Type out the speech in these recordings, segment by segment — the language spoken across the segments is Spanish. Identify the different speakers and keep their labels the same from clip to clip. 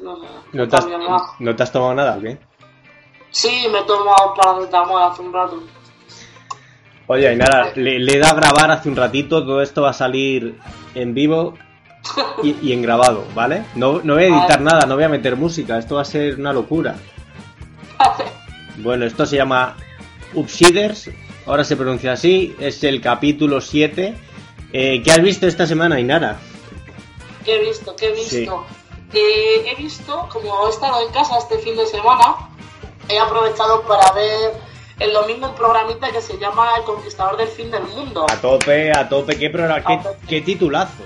Speaker 1: No,
Speaker 2: ¿No te has,
Speaker 1: también más.
Speaker 2: no te has tomado nada o qué?
Speaker 1: Sí, me he tomado paracetamol hace un rato.
Speaker 2: Oye, y nada, le, le he dado a grabar hace un ratito, todo esto va a salir en vivo y, y en grabado, ¿vale? No, no voy a editar
Speaker 1: Vale.
Speaker 2: nada, no voy a meter música, esto va a ser una locura. Bueno, esto se llama Upsiders, ahora se pronuncia así, es el capítulo 7. Eh, ¿Qué has visto esta semana, Inara?
Speaker 1: ¿Qué he visto? ¿Qué he visto? Eh, he visto, como he estado en casa este fin de semana, he aprovechado para ver el domingo un programita que se llama El Conquistador del Fin del Mundo.
Speaker 2: A tope, a tope, qué, programa, qué,
Speaker 1: A tope.
Speaker 2: qué titulazo.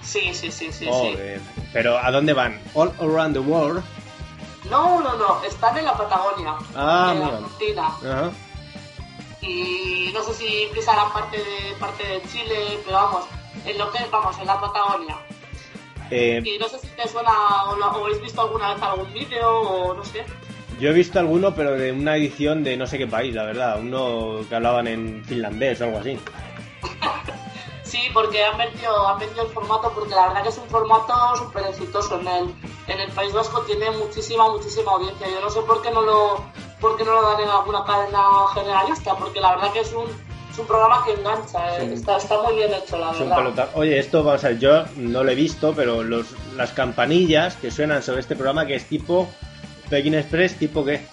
Speaker 1: Sí, sí, sí, sí, sí.
Speaker 2: Joder. Pero ¿a dónde van? All around the world.
Speaker 1: No, no, no, están en la Patagonia,
Speaker 2: Ah,
Speaker 1: en la
Speaker 2: mira.
Speaker 1: Argentina.
Speaker 2: Ajá.
Speaker 1: Y no sé si pisarán parte de, parte de Chile, pero vamos, en lo que es, vamos, en la Patagonia.
Speaker 2: Eh,
Speaker 1: Y no sé si te suena o, lo- o habéis visto alguna vez algún vídeo o no sé.
Speaker 2: Yo he visto alguno, pero de una edición de no sé qué país, la verdad. Uno que hablaban en finlandés o algo así.
Speaker 1: Sí, porque han vendido, han vendido el formato, porque la verdad que es un formato súper exitoso. En el, en el País Vasco tiene muchísima, muchísima audiencia. Yo no sé por qué no lo, por qué no lo dan en alguna cadena generalista, porque la verdad que es un, es un programa que engancha. eh.
Speaker 2: Sí.
Speaker 1: Está, está muy bien hecho, la
Speaker 2: Es un
Speaker 1: verdad.
Speaker 2: pelota- Oye, esto, vamos a ver, yo no lo he visto, pero los, las campanillas que suenan sobre este programa, que es tipo Pekín Express, tipo qué.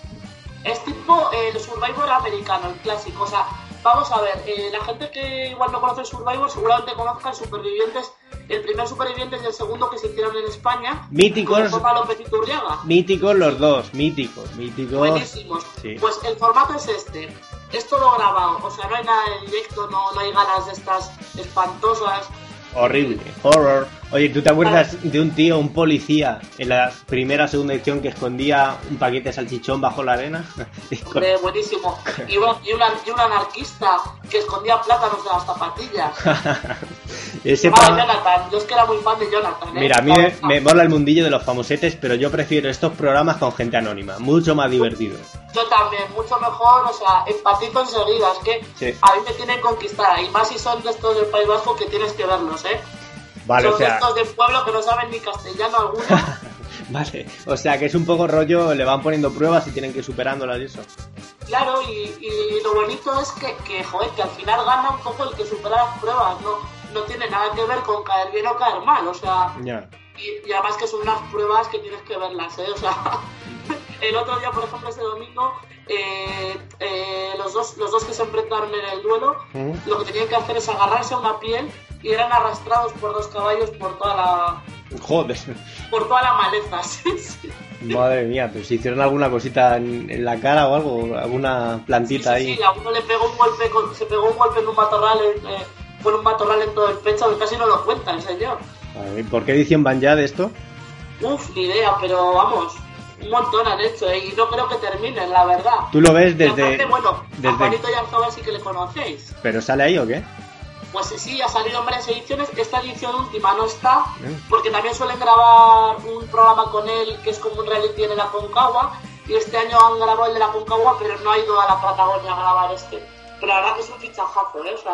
Speaker 1: Es tipo eh, el Survivor americano, el clásico. O sea, vamos a ver, eh, la gente que igual no conoce el Survivor seguramente conozca el Supervivientes, el primer Supervivientes y el segundo que se hicieron en España.
Speaker 2: Míticos.
Speaker 1: con Juanma López Iturriaga.
Speaker 2: Míticos los dos, míticos, míticos.
Speaker 1: Buenísimos.
Speaker 2: Sí.
Speaker 1: Pues el formato es este. Es todo grabado, o sea, no hay nada en directo, no, no hay ganas de estas espantosas.
Speaker 2: Horrible, horror. Oye, ¿tú te acuerdas de un tío, un policía, en la primera segunda edición que escondía un paquete de salchichón bajo la arena?
Speaker 1: Hombre, buenísimo. Y un, y una- y un anarquista que escondía plátanos de las zapatillas.
Speaker 2: Ese
Speaker 1: Ah,
Speaker 2: programa-
Speaker 1: Jonathan, yo es que era muy fan de Jonathan. ¿eh?
Speaker 2: Mira, a mí me,
Speaker 1: Jonathan.
Speaker 2: me mola el mundillo de los famosetes, pero yo prefiero estos programas con gente anónima, mucho más divertido.
Speaker 1: Yo también, mucho mejor, o sea, empatizo enseguida. Es que
Speaker 2: Sí.
Speaker 1: a mí me tienen conquistada. Y más si son de estos del País Vasco que tienes que verlos, ¿eh?
Speaker 2: Vale,
Speaker 1: son
Speaker 2: o sea,
Speaker 1: de estos del pueblo que no saben ni castellano alguno.
Speaker 2: vale, o sea que es un poco rollo, le van poniendo pruebas y tienen que ir superándolas y eso.
Speaker 1: Claro, y, y lo bonito es que, que, joder, que al final gana un poco el que supera las pruebas, no, no tiene nada que ver con caer bien o caer mal, o sea,
Speaker 2: Ya.
Speaker 1: y, y además que son unas pruebas que tienes que verlas, ¿eh? O sea, el otro día, por ejemplo, ese domingo, eh, eh, los, dos, los dos que se enfrentaron en el duelo,
Speaker 2: Ujú.
Speaker 1: lo que tenían que hacer es agarrarse a una piel y eran arrastrados por dos caballos por toda la,
Speaker 2: Joder,
Speaker 1: por toda la maleza, sí, sí.
Speaker 2: madre mía, pero si hicieron alguna cosita en, en la cara o algo, alguna
Speaker 1: Sí,
Speaker 2: plantita
Speaker 1: sí,
Speaker 2: ahí.
Speaker 1: sí, a uno le pegó un golpe, con- se pegó un golpe en un matorral, en, eh, con un matorral en todo el pecho, que casi no lo cuenta el señor.
Speaker 2: Madre mía, ¿Por qué edición van ya de esto?
Speaker 1: Uf, ni idea, pero vamos, un montón han hecho, eh, y no creo que terminen, la verdad.
Speaker 2: Tú lo ves
Speaker 1: Y aparte,
Speaker 2: desde...
Speaker 1: bueno, a
Speaker 2: desde-
Speaker 1: Juanito Yarzabal sí que le conocéis.
Speaker 2: ¿Pero sale ahí o qué?
Speaker 1: Pues sí, ha salido en varias ediciones, esta edición última no está,
Speaker 2: Eh.
Speaker 1: porque también suelen grabar un programa con él que es como un reality en la Concagua, y este año han grabado el de la Concagua, pero no ha ido a la Patagonia a grabar este. Pero la verdad que es un fichajazo, ¿eh? O sea...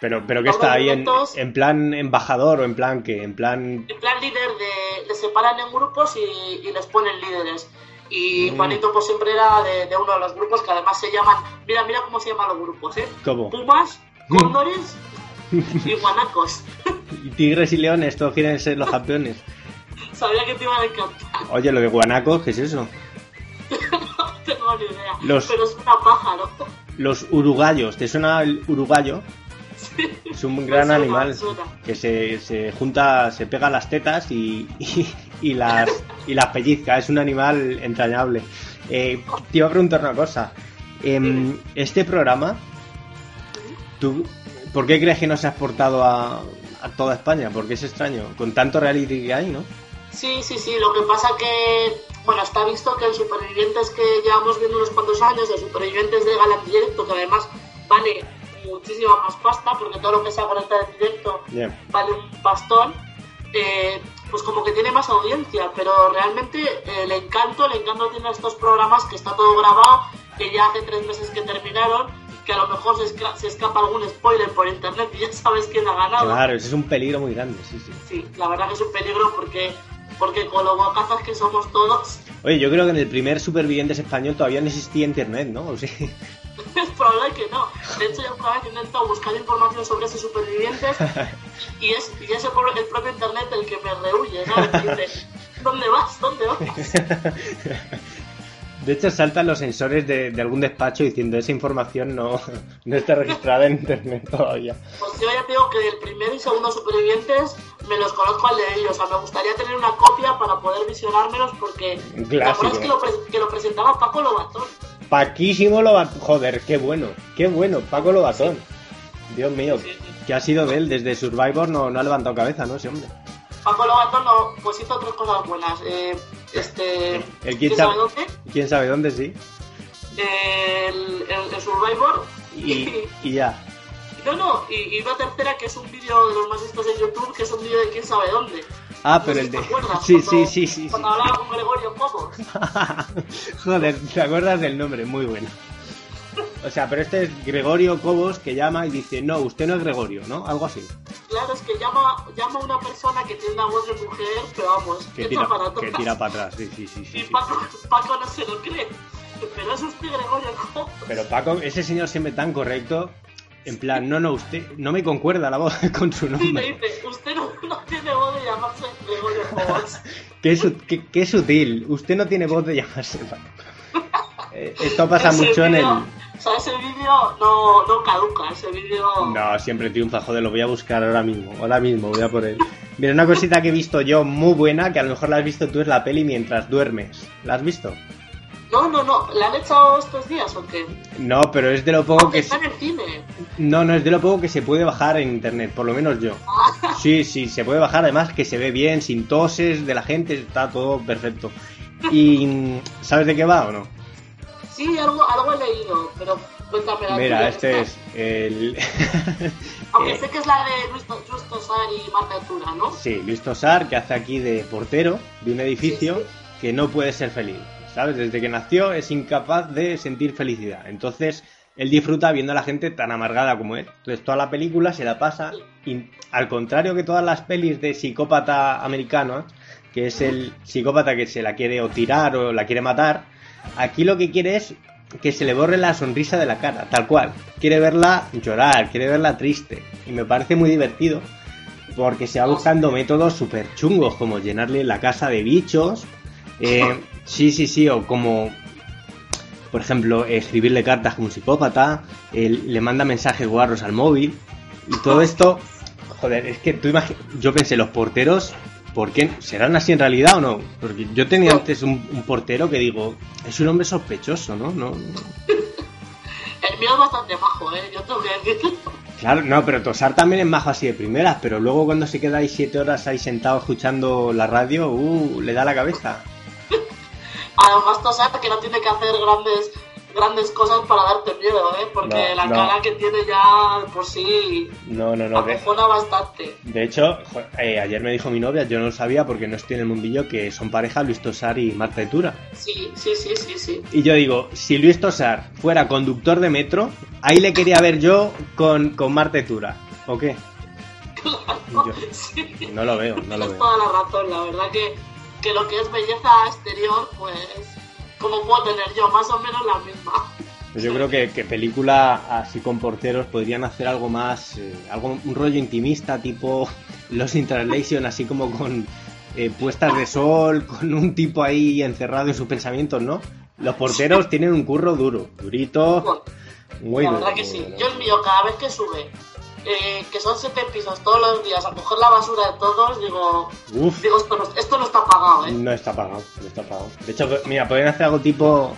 Speaker 2: Pero, pero que
Speaker 1: Vamos,
Speaker 2: está ahí en,
Speaker 1: momentos.
Speaker 2: en plan embajador o en plan que, en plan...
Speaker 1: en plan líder de les separan en grupos y, y les ponen líderes y
Speaker 2: Mm.
Speaker 1: Juanito pues siempre era de, de uno de los grupos que además se llaman mira mira cómo se llaman los grupos eh
Speaker 2: ¿Cómo?
Speaker 1: pumas
Speaker 2: Mm.
Speaker 1: cóndores y guanacos
Speaker 2: Y Tigres y leones, todos quieren ser los campeones.
Speaker 1: sabía que te iban a encantar
Speaker 2: Oye, lo de guanacos, ¿qué es eso?
Speaker 1: no tengo ni idea
Speaker 2: Los-
Speaker 1: pero es una pájaro
Speaker 2: Los uruguayos, ¿te suena el uruguayo? Es un gran
Speaker 1: suena,
Speaker 2: animal
Speaker 1: suena.
Speaker 2: que se, se junta, se pega las tetas y, y, y las, y las pellizca. Es un animal entrañable. Eh, te iba a preguntar una cosa. Em, este programa, ¿tú, ¿por qué crees que no se ha exportado a, a toda España? Porque es extraño, con tanto reality que hay, ¿no?
Speaker 1: sí sí sí lo que pasa que Bueno, está visto que en Supervivientes que llevamos viendo unos cuantos años, de Supervivientes de Galán Directo, que además vale muchísima más pasta, porque todo lo que sea Galán Directo
Speaker 2: Bien.
Speaker 1: vale un pastón, eh, pues como que tiene más audiencia, pero realmente eh, le encanto, le encanto tiene estos programas que está todo grabado, que ya hace tres meses que terminaron, que a lo mejor se, esca- se escapa algún spoiler por internet y ya sabes quién ha ganado.
Speaker 2: Claro, ese es un peligro muy grande, sí, sí.
Speaker 1: Sí, la verdad que es un peligro porque, porque con los bocazas que somos todos,
Speaker 2: Oye, yo creo que en el primer Supervivientes español todavía no existía internet, ¿no? O sí.
Speaker 1: es probable que no. De hecho, yo alguna vez he intentado buscar información sobre esos supervivientes y es, y es el, pro- el propio internet el que me rehuye, ¿sabes? Me dice, ¿dónde vas? ¿Dónde vas?
Speaker 2: De hecho, saltan los sensores de, de algún despacho diciendo esa información no, no está registrada en internet todavía.
Speaker 1: Pues yo ya tengo que el primero y segundo supervivientes me los conozco al de ellos. O sea, me gustaría tener una copia para poder visionármelos porque
Speaker 2: Un
Speaker 1: la verdad es
Speaker 2: clásico.
Speaker 1: que lo, pre- que lo presentaba Paco Lobatón.
Speaker 2: Paquísimo Lobatón. Joder, qué bueno, qué bueno, Paco Lobatón. Dios mío,
Speaker 1: Sí, sí.
Speaker 2: que ha sido de él desde Survivor, no, no ha levantado cabeza, ¿no? Ese hombre.
Speaker 1: Paco Lobatón no, pues hizo tres cosas buenas. Eh, este,
Speaker 2: El
Speaker 1: ¿quién
Speaker 2: quién
Speaker 1: sabe
Speaker 2: sabe,
Speaker 1: dónde?
Speaker 2: quién sabe dónde, sí.
Speaker 1: el, el- el Survivor
Speaker 2: Y,
Speaker 1: y,
Speaker 2: y ya.
Speaker 1: no no y, y una tercera que es un vídeo de los más vistos en YouTube que es un vídeo de quién sabe dónde
Speaker 2: Ah,
Speaker 1: No
Speaker 2: pero
Speaker 1: sé
Speaker 2: el
Speaker 1: si te
Speaker 2: de.
Speaker 1: acuerdas,
Speaker 2: Sí, sí,
Speaker 1: cuando-
Speaker 2: sí, sí. sí.
Speaker 1: cuando hablaba con Gregorio Pobos
Speaker 2: Joder, ¿te acuerdas del nombre? Muy bueno. O sea, pero este es Gregorio Cobos que llama y dice, no, usted no es Gregorio, ¿no? Algo así.
Speaker 1: claro es que llama llama a una persona que tiene una voz de mujer pero vamos
Speaker 2: Que
Speaker 1: echa
Speaker 2: tira,
Speaker 1: para atrás.
Speaker 2: que tira para atrás, sí, sí, sí, sí,
Speaker 1: y
Speaker 2: sí.
Speaker 1: Paco, Paco no se lo cree pero es usted Gregorio Pobos
Speaker 2: Pero Paco, ese señor siempre tan correcto, en plan, no, no, usted no me concuerda la voz con su
Speaker 1: y me
Speaker 2: nombre.
Speaker 1: dice usted no, no tiene voz de llamarse Gregorio Pobos
Speaker 2: Qué, su- qué- qué sutil, usted no tiene voz de llamarse Paco. Eh, Esto pasa
Speaker 1: Ese
Speaker 2: mucho en el...
Speaker 1: vídeo- o sea ese vídeo no, no caduca ese vídeo
Speaker 2: No, siempre triunfa, joder, lo voy a buscar ahora mismo, ahora mismo, voy a por él. Mira, una cosita que he visto yo muy buena, que a lo mejor la has visto tú, es la peli mientras duermes. ¿La has visto?
Speaker 1: No, no, no. ¿La han echado estos días o qué?
Speaker 2: No, pero es de lo poco Oh, que...
Speaker 1: Está
Speaker 2: se-
Speaker 1: en el cine.
Speaker 2: No, no, es de lo poco que se puede bajar en internet, por lo menos yo. Sí, sí, se puede bajar, además que se ve bien, sin toses de la gente, está todo perfecto. ¿Y mm, sabes de qué va o no?
Speaker 1: Sí, algo, algo he leído, pero cuéntame la
Speaker 2: Mira,
Speaker 1: tuya,
Speaker 2: este
Speaker 1: ¿está?
Speaker 2: es eh, el...
Speaker 1: Aunque sé que es la de Luis To- Justo Sar y Marta Etura, ¿no?
Speaker 2: Sí, Luis Tosar, que hace aquí de portero de un edificio
Speaker 1: Sí, sí.
Speaker 2: que no puede ser feliz. ¿Sabes? Desde que nació es incapaz de sentir felicidad. Entonces, él disfruta viendo a la gente tan amargada como él. Entonces, toda la película se la pasa, y, al contrario que todas las pelis de psicópata americano, que es el psicópata que se la quiere o tirar o la quiere matar, aquí lo que quiere es que se le borre la sonrisa de la cara, tal cual. Quiere verla llorar, quiere verla triste. Y me parece muy divertido porque se va buscando métodos súper chungos, como llenarle la casa de bichos. eh, sí, sí, sí, o como, por ejemplo, escribirle cartas como un psicópata, él le manda mensajes guarros al móvil. Y todo esto, joder, es que tú imagi- yo pensé, los porteros, ¿por qué? ¿Serán así en realidad o no? Porque yo tenía antes un, un portero que digo, es un hombre sospechoso, ¿no? no, no
Speaker 1: El mío es bastante bajo, ¿eh? Yo tengo que decirlo.
Speaker 2: Claro, no, pero tosar también es majo así de primeras, pero luego cuando se quedáis siete horas ahí sentado escuchando la radio, uh, le da la cabeza.
Speaker 1: Además, Tosar que no tiene que hacer grandes grandes cosas para darte miedo, ¿eh? Porque
Speaker 2: No,
Speaker 1: la
Speaker 2: no.
Speaker 1: cara que tiene ya de por sí
Speaker 2: No, no, no. De,
Speaker 1: acojona bastante.
Speaker 2: de hecho, jo- eh, ayer me dijo mi novia, yo no lo sabía porque no estoy en el mundillo, que son pareja Luis Tosar y Marta Etura.
Speaker 1: Sí, sí, sí, sí, sí.
Speaker 2: Y yo digo, si Luis Tosar fuera conductor de metro, ahí le quería ver yo con, con Marta Etura. ¿O qué? Yo-
Speaker 1: Sí.
Speaker 2: no lo veo, no lo
Speaker 1: Tienes
Speaker 2: veo.
Speaker 1: toda la razón, la verdad que, que lo que es belleza exterior, pues como puedo tener yo, más o menos la misma.
Speaker 2: Pues Yo creo que, que película así con porteros podrían hacer algo más, eh, algo un rollo intimista tipo Los in Translation, así como con eh, puestas de sol, con un tipo ahí encerrado en sus pensamientos, ¿no? Los porteros tienen un curro duro, durito,
Speaker 1: Bueno,
Speaker 2: muy
Speaker 1: la
Speaker 2: duro.
Speaker 1: verdad que sí.
Speaker 2: muy duro.
Speaker 1: Yo el mío cada vez que sube, eh, que son siete pisos todos los días, a coger la basura de todos, digo,
Speaker 2: Uf,
Speaker 1: digo esto, no, esto no está pagado, ¿eh?
Speaker 2: no está pagado, no está pagado. De hecho, mira, podrían hacer algo tipo,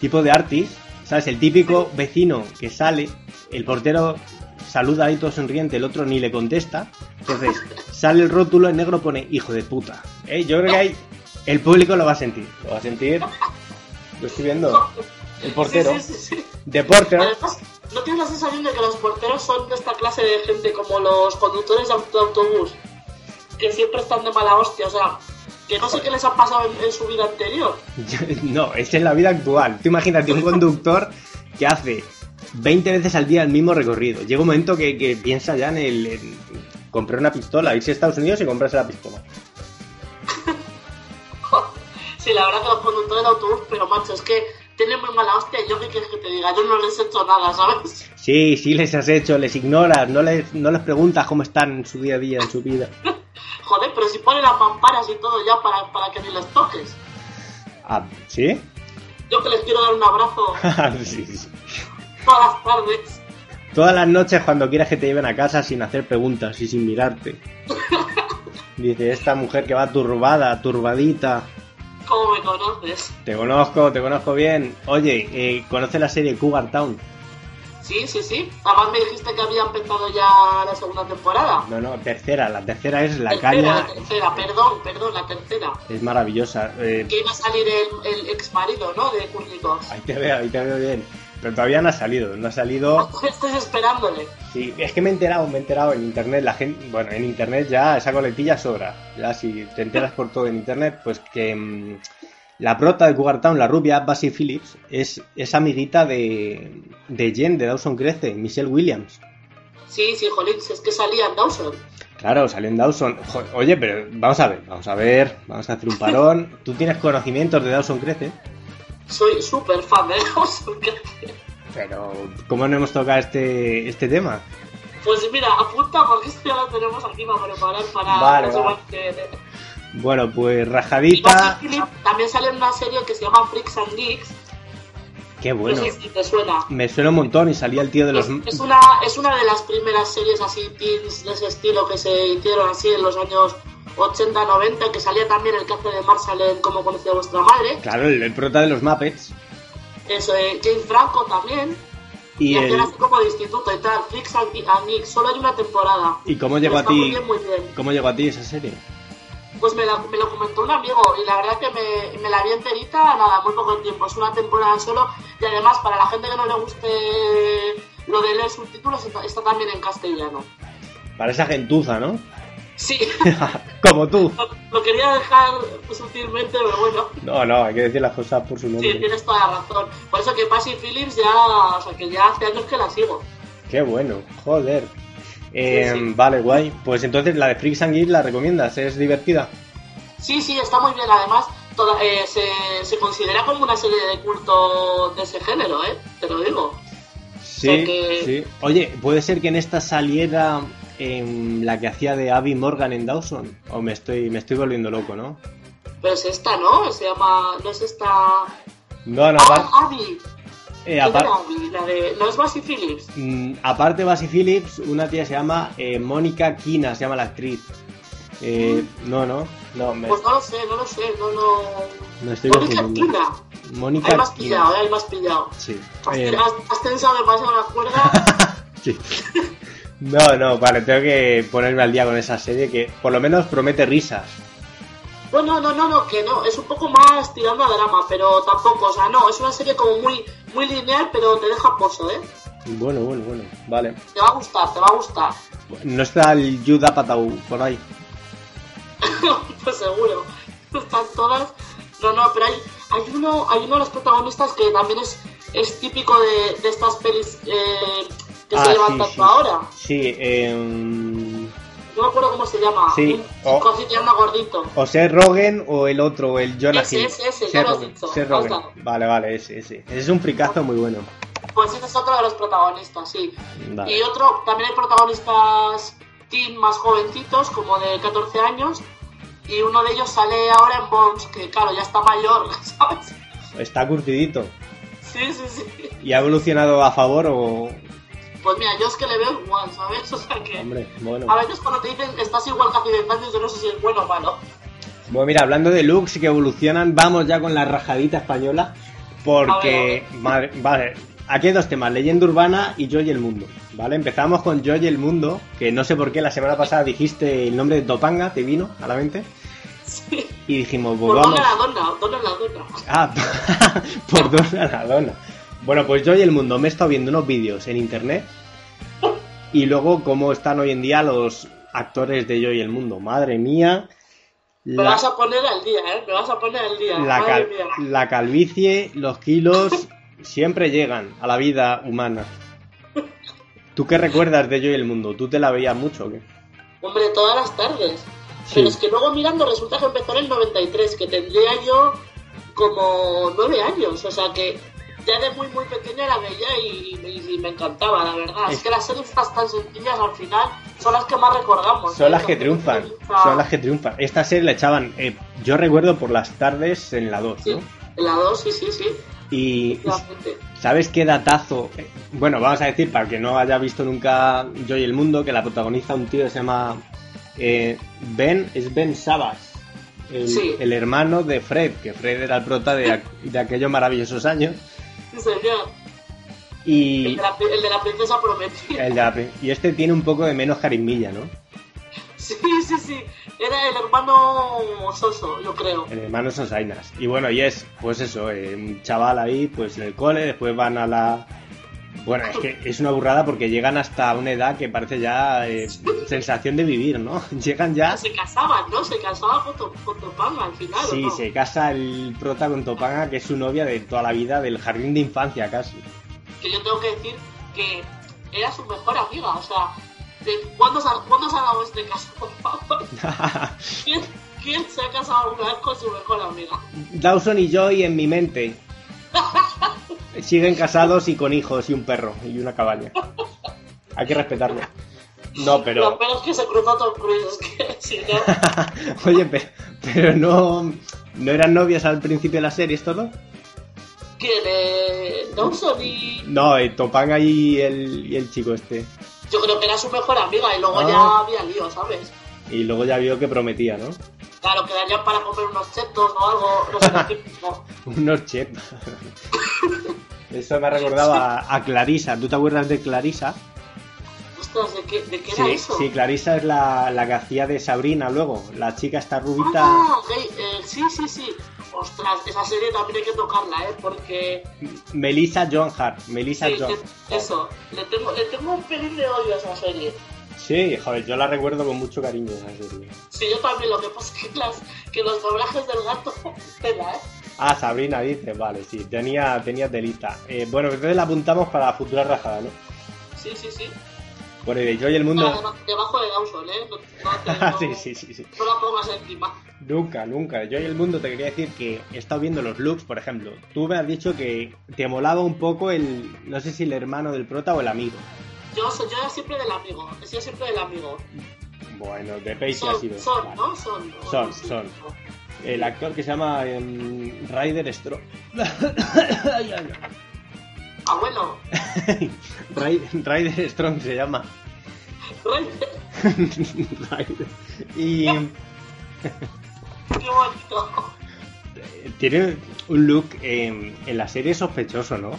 Speaker 2: tipo de artis, ¿sabes? El típico vecino que sale, el portero saluda ahí todo sonriente, el otro ni le contesta. Entonces, sale el rótulo en negro, pone hijo de puta. ¿Eh? Yo creo que hay. El público lo va a sentir. Lo va a sentir. Lo estoy viendo. El portero.
Speaker 1: Sí, sí, sí, sí.
Speaker 2: De Porter.
Speaker 1: Además, ¿no tienes la sensación de que los porteros son de esta clase de gente como los conductores de auto- autobús? Que siempre están de mala hostia, o sea, que no sé qué les ha pasado en, en su vida anterior.
Speaker 2: No, es en la vida actual. Tú imagínate un conductor que hace 20 veces al día el mismo recorrido. Llega un momento que, que piensa ya en el en comprar una pistola, irse a Estados Unidos y comprarse la pistola.
Speaker 1: Sí, la verdad que los conductores de autobús, pero macho, es que tienen muy mala hostia y yo qué quieres que te diga, yo no les he hecho nada, ¿sabes?
Speaker 2: Sí, sí les has hecho, les ignoras, no les, no les preguntas cómo están en su día a día, en su vida.
Speaker 1: Joder, pero si ponen las mamparas y todo ya para, para que ni les toques.
Speaker 2: Ah, ¿sí?
Speaker 1: Yo que les quiero dar un abrazo
Speaker 2: sí, sí.
Speaker 1: todas las tardes.
Speaker 2: Todas las noches cuando quieras que te lleven a casa sin hacer preguntas y sin mirarte. Dice, esta mujer que va turbada, turbadita.
Speaker 1: ¿Cómo me conoces?
Speaker 2: Te conozco, te conozco bien. Oye, eh, ¿conoces la serie Cougar Town?
Speaker 1: Sí, sí, sí. Además me dijiste que había empezado ya la segunda temporada.
Speaker 2: No, no, tercera. La tercera es La
Speaker 1: tercera,
Speaker 2: Caña.
Speaker 1: la tercera, perdón, perdón, la tercera.
Speaker 2: Es maravillosa. Eh,
Speaker 1: Que iba a salir el, el ex marido, ¿no? De Kurnikov.
Speaker 2: ahí te veo, ahí te veo bien. Pero todavía no ha salido, no ha salido.
Speaker 1: Estás esperándole.
Speaker 2: Sí, es que me he enterado, me he enterado en internet. La gente, bueno, en internet ya esa coletilla sobra. Ya si te enteras por todo en internet, pues que mm, la prota de Cougar Town, la rubia Basie Phillips, es, es amiguita de, de Jen, de Dawson Crece, Michelle Williams.
Speaker 1: Sí, sí, jolín, si es que salía en Dawson.
Speaker 2: Claro, salió en Dawson. Jo- Oye, pero vamos a ver, vamos a ver, vamos a hacer un parón. ¿Tú tienes conocimientos de Dawson Crece?
Speaker 1: Soy súper fan ¿eh? de Dawson.
Speaker 2: Pero, ¿cómo no hemos tocado este, este tema?
Speaker 1: Pues mira, apunta porque esto ya lo tenemos aquí para preparar para
Speaker 2: Vale,
Speaker 1: la
Speaker 2: vale.
Speaker 1: siguiente.
Speaker 2: Bueno, pues
Speaker 1: Y
Speaker 2: rajadita.
Speaker 1: Buffy Phillips también sale en una serie que se llama Freaks and Geeks.
Speaker 2: Qué bueno.
Speaker 1: No sé si te suena.
Speaker 2: Me suena un montón y salía el tío de los.
Speaker 1: Es, es una, es una de las primeras series así teens de ese estilo que se hicieron así en los años 80-90, que salía también el que hace de Marshall en Cómo conocía vuestra madre.
Speaker 2: Claro, el, el prota de los Muppets.
Speaker 1: Eso, eh, James Franco también.
Speaker 2: Y,
Speaker 1: Y,
Speaker 2: el,
Speaker 1: hacían así como de instituto y tal. Freaks and Ge- and Geeks, solo hay una temporada.
Speaker 2: ¿Y cómo llegó a
Speaker 1: Está Muy
Speaker 2: ti?
Speaker 1: bien, muy bien.
Speaker 2: ¿Cómo llegó a ti esa serie?
Speaker 1: Pues me, la- me lo comentó un amigo y la verdad que me, me la vi enterita, nada, muy poco tiempo. Es una temporada solo y además para la gente que no le guste lo de leer subtítulos está, está también en castellano.
Speaker 2: Para esa gentuza, ¿no?
Speaker 1: Sí,
Speaker 2: Como tú.
Speaker 1: lo, lo quería dejar sutilmente, pero bueno,
Speaker 2: No, no, hay que decir las cosas por su
Speaker 1: sí,
Speaker 2: nombre.
Speaker 1: tienes toda la razón. Por eso que Pasi Phillips ya, o sea, que ya hace años que la sigo.
Speaker 2: Qué bueno, joder. Eh,
Speaker 1: Sí, sí.
Speaker 2: Vale, guay. Pues entonces la de Freaks and Geeks la recomiendas, es divertida.
Speaker 1: Sí, sí, está muy bien. Además, toda- eh, se, se considera como una serie de culto de ese género, ¿eh? Te lo digo.
Speaker 2: Sí,
Speaker 1: sea que-
Speaker 2: sí. Oye, ¿puede ser que en esta saliera em, la que hacía de Abby Morgan en Dawson? O me estoy, me estoy volviendo loco, ¿no?
Speaker 1: Pero es esta, ¿no? Se llama... No es esta...
Speaker 2: No, no, apar-
Speaker 1: Ah, Abby.
Speaker 2: eh,
Speaker 1: ¿Quién
Speaker 2: apar-
Speaker 1: era Abby? La de... ¿No es Bassy Phillips?
Speaker 2: mm, aparte Basie Phillips, una tía se llama eh, Mónica Quina, se llama la actriz. Eh, No, no, no, me,
Speaker 1: Mm. Pues no lo sé, no lo sé, no lo...
Speaker 2: me estoy
Speaker 1: Mónica
Speaker 2: confundiendo.
Speaker 1: Quina. Ahí
Speaker 2: Mónica
Speaker 1: más pillado,
Speaker 2: Quina.
Speaker 1: ¿eh? Ahí más pillado.
Speaker 2: Sí.
Speaker 1: Has,
Speaker 2: eh,
Speaker 1: has- has tensado demasiado la cuerda.
Speaker 2: sí. No, no, vale, tengo que ponerme al día con esa serie que por lo menos promete risas.
Speaker 1: No, no, no, no, no, que no. Es un poco más tirando a drama, pero tampoco. O sea, no, es una serie como muy, muy lineal, pero te deja pozo, ¿eh?
Speaker 2: Bueno, bueno, bueno, vale.
Speaker 1: Te va a gustar, te va a gustar.
Speaker 2: No está el Yuda Patau por ahí.
Speaker 1: pues seguro. Están todas. No, no, pero hay, hay uno, hay uno de los protagonistas que también es, es típico de, de estas pelis eh, que
Speaker 2: Ah,
Speaker 1: se
Speaker 2: sí,
Speaker 1: levantan
Speaker 2: sí.
Speaker 1: ahora.
Speaker 2: Sí, eh,
Speaker 1: No me acuerdo cómo se llama.
Speaker 2: Sí,
Speaker 1: Un
Speaker 2: oh. o-
Speaker 1: chico así que anda gordito.
Speaker 2: o Seth Rogen o el otro, el Jonah
Speaker 1: Ese,
Speaker 2: Hill.
Speaker 1: ese, ese, ya
Speaker 2: Seth
Speaker 1: lo has
Speaker 2: Rogen,
Speaker 1: dicho,
Speaker 2: Seth
Speaker 1: ya
Speaker 2: Rogen.
Speaker 1: está.
Speaker 2: Vale, vale, ese, ese. Ese es un fricazo muy bueno.
Speaker 1: Pues ese es otro de los protagonistas, sí.
Speaker 2: Vale.
Speaker 1: Y otro, también hay protagonistas teen más jovencitos, como de 14 años. Y uno de ellos sale ahora en Bones, que claro, ya está mayor, ¿sabes?
Speaker 2: Está curtidito.
Speaker 1: Sí, sí, sí.
Speaker 2: ¿Y ha evolucionado a favor o...?
Speaker 1: Pues mira, yo es que le veo igual, ¿sabes? O sea que...
Speaker 2: Hombre, bueno.
Speaker 1: A veces cuando te dicen estás igual que hace 10 años, yo no sé si es bueno o malo.
Speaker 2: Bueno, mira, hablando de looks que evolucionan, vamos ya con la rajadita española. Porque, madre, vale, aquí hay dos temas, leyenda urbana y Joy el mundo. Vale, empezamos con Joy el mundo, que no sé por qué la semana pasada dijiste el nombre de Topanga, te vino a la mente.
Speaker 1: Sí.
Speaker 2: Y dijimos, pues
Speaker 1: Por
Speaker 2: vamos.
Speaker 1: dona la dona, dona la dona.
Speaker 2: Ah, por Don Maradona. Bueno, pues yo y el mundo me he estado viendo unos vídeos en internet y luego cómo están hoy en día los actores de Yo y el mundo. Madre mía.
Speaker 1: Me
Speaker 2: La,
Speaker 1: vas a poner al día, ¿eh? Me vas a poner al día.
Speaker 2: la
Speaker 1: Madre
Speaker 2: cal-
Speaker 1: mía.
Speaker 2: la calvicie, los kilos, siempre llegan a la vida humana. ¿Tú qué recuerdas de Yo y el mundo? ¿Tú te la veías mucho? o qué?
Speaker 1: Hombre, todas las tardes.
Speaker 2: Sí.
Speaker 1: Pero es que luego mirando resulta que empezó en el 93, que tendría yo como nueve años. O sea que ya de muy, muy pequeña la veía y, y- y me encantaba, la verdad. Es
Speaker 2: Es-
Speaker 1: que las series estas tan sencillas al final son las que más recordamos. ¿eh?
Speaker 2: Son las que
Speaker 1: Cuando
Speaker 2: triunfan.
Speaker 1: triunfa-
Speaker 2: Son las que triunfan. Esta serie la echaban, eh, yo recuerdo, por las tardes en la 2,
Speaker 1: Sí,
Speaker 2: ¿no?
Speaker 1: en la 2, sí, sí, sí.
Speaker 2: Y
Speaker 1: efectivamente.
Speaker 2: ¿Sabes qué datazo? Eh, Bueno, vamos a decir, para que no haya visto nunca Yo y el Mundo, que la protagoniza un tío que se llama eh, Ben, es Ben Sabas, el,
Speaker 1: Sí.
Speaker 2: el hermano de Fred, que Fred era el prota de, ac- de aquellos maravillosos años.
Speaker 1: Sí, señor. El,
Speaker 2: Y,
Speaker 1: de la, el de la princesa prometida.
Speaker 2: el de la pri- y este tiene un poco de menos carismilla, ¿no?
Speaker 1: Sí, sí, sí. Era el hermano Soso, yo creo.
Speaker 2: El hermano son Sainas. Y bueno, y es, pues eso, eh, un chaval ahí, pues en el cole, después van a la... Bueno, es que es una burrada porque llegan hasta una edad que parece ya eh, sensación de vivir, ¿no? Llegan ya...
Speaker 1: Se casaban, ¿no? Se casaba foto, Fotopanga al final, ¿o
Speaker 2: Sí,
Speaker 1: no?
Speaker 2: se casa el prota con Topanga, que es su novia de toda la vida, del jardín de infancia casi.
Speaker 1: que yo tengo que decir que era su mejor amiga, o sea, de- ¿cuándo, se ha- ¿cuándo se ha dado este caso, por favor? ¿Quién, quién se ha casado alguna vez con su mejor amiga?
Speaker 2: Dawson y Joy en mi mente. Siguen casados y con hijos y un perro y una cabaña. Hay que respetarlo. No,
Speaker 1: Lo
Speaker 2: pero...
Speaker 1: peor es que se cruzó Tom Cruise, es que si no,
Speaker 2: Oye, pero, pero no... ¿No eran novias al principio de la serie estos dos?
Speaker 1: ¿quién? Eh, Dawson y...
Speaker 2: No, eh, Topanga y el, y el chico este.
Speaker 1: Yo creo que era su mejor amiga y luego
Speaker 2: Ah.
Speaker 1: ya había lío, ¿sabes?
Speaker 2: Y luego ya vio que prometía, ¿no?
Speaker 1: Claro, quedarían para comer unos chetos o algo, no sé, lo típico.
Speaker 2: Unos chips. Eso me recordaba a, a Clarisa. ¿Tú te acuerdas de Clarisa?
Speaker 1: Ostras, ¿de qué, de qué era
Speaker 2: Sí,
Speaker 1: eso? Ah,
Speaker 2: sí, Clarisa es la, la que hacía de Sabrina luego. La chica está rubita.
Speaker 1: Ah, ok, eh, sí, sí, sí. Ostras, esa serie también hay que tocarla, ¿eh? Porque
Speaker 2: Melissa John Hart. Melissa
Speaker 1: Sí,
Speaker 2: John.
Speaker 1: le- eso, le tengo, le tengo un pelín de odio a esa serie.
Speaker 2: Sí, joder, yo la recuerdo con mucho cariño esa serie.
Speaker 1: Sí, yo también, lo que pasa es que, las, que los doblajes del gato, tela, ¿eh?
Speaker 2: Ah, Sabrina dice, vale, sí, tenía, tenía telita. Eh, bueno, entonces la apuntamos para la futura rajada, ¿no?
Speaker 1: Sí, sí, sí.
Speaker 2: Bueno, y de Joy el
Speaker 1: Para
Speaker 2: mundo.
Speaker 1: deba- debajo de Dawson, ¿eh? No, no te-
Speaker 2: Ah,
Speaker 1: no-
Speaker 2: sí, sí, sí, sí.
Speaker 1: no la pongas encima.
Speaker 2: Nunca, nunca. Yo y el mundo te quería decir que he estado viendo los looks, por ejemplo. Tú me has dicho que te molaba un poco el, no sé si el hermano del prota o el amigo.
Speaker 1: Yo, soy- yo era siempre del amigo, he sido siempre del amigo.
Speaker 2: Bueno, de Pace ha sido.
Speaker 1: Son, son,
Speaker 2: vale.
Speaker 1: ¿no? Son, ¿no?
Speaker 2: Son,
Speaker 1: Sí.
Speaker 2: son. El actor que se llama em, Ryder Strong.
Speaker 1: Ah, Abuelo,
Speaker 2: Ryder Strong se llama.
Speaker 1: Rey,
Speaker 2: Ryder. y
Speaker 1: qué bonito.
Speaker 2: tiene un look em, en la serie sospechoso, ¿no?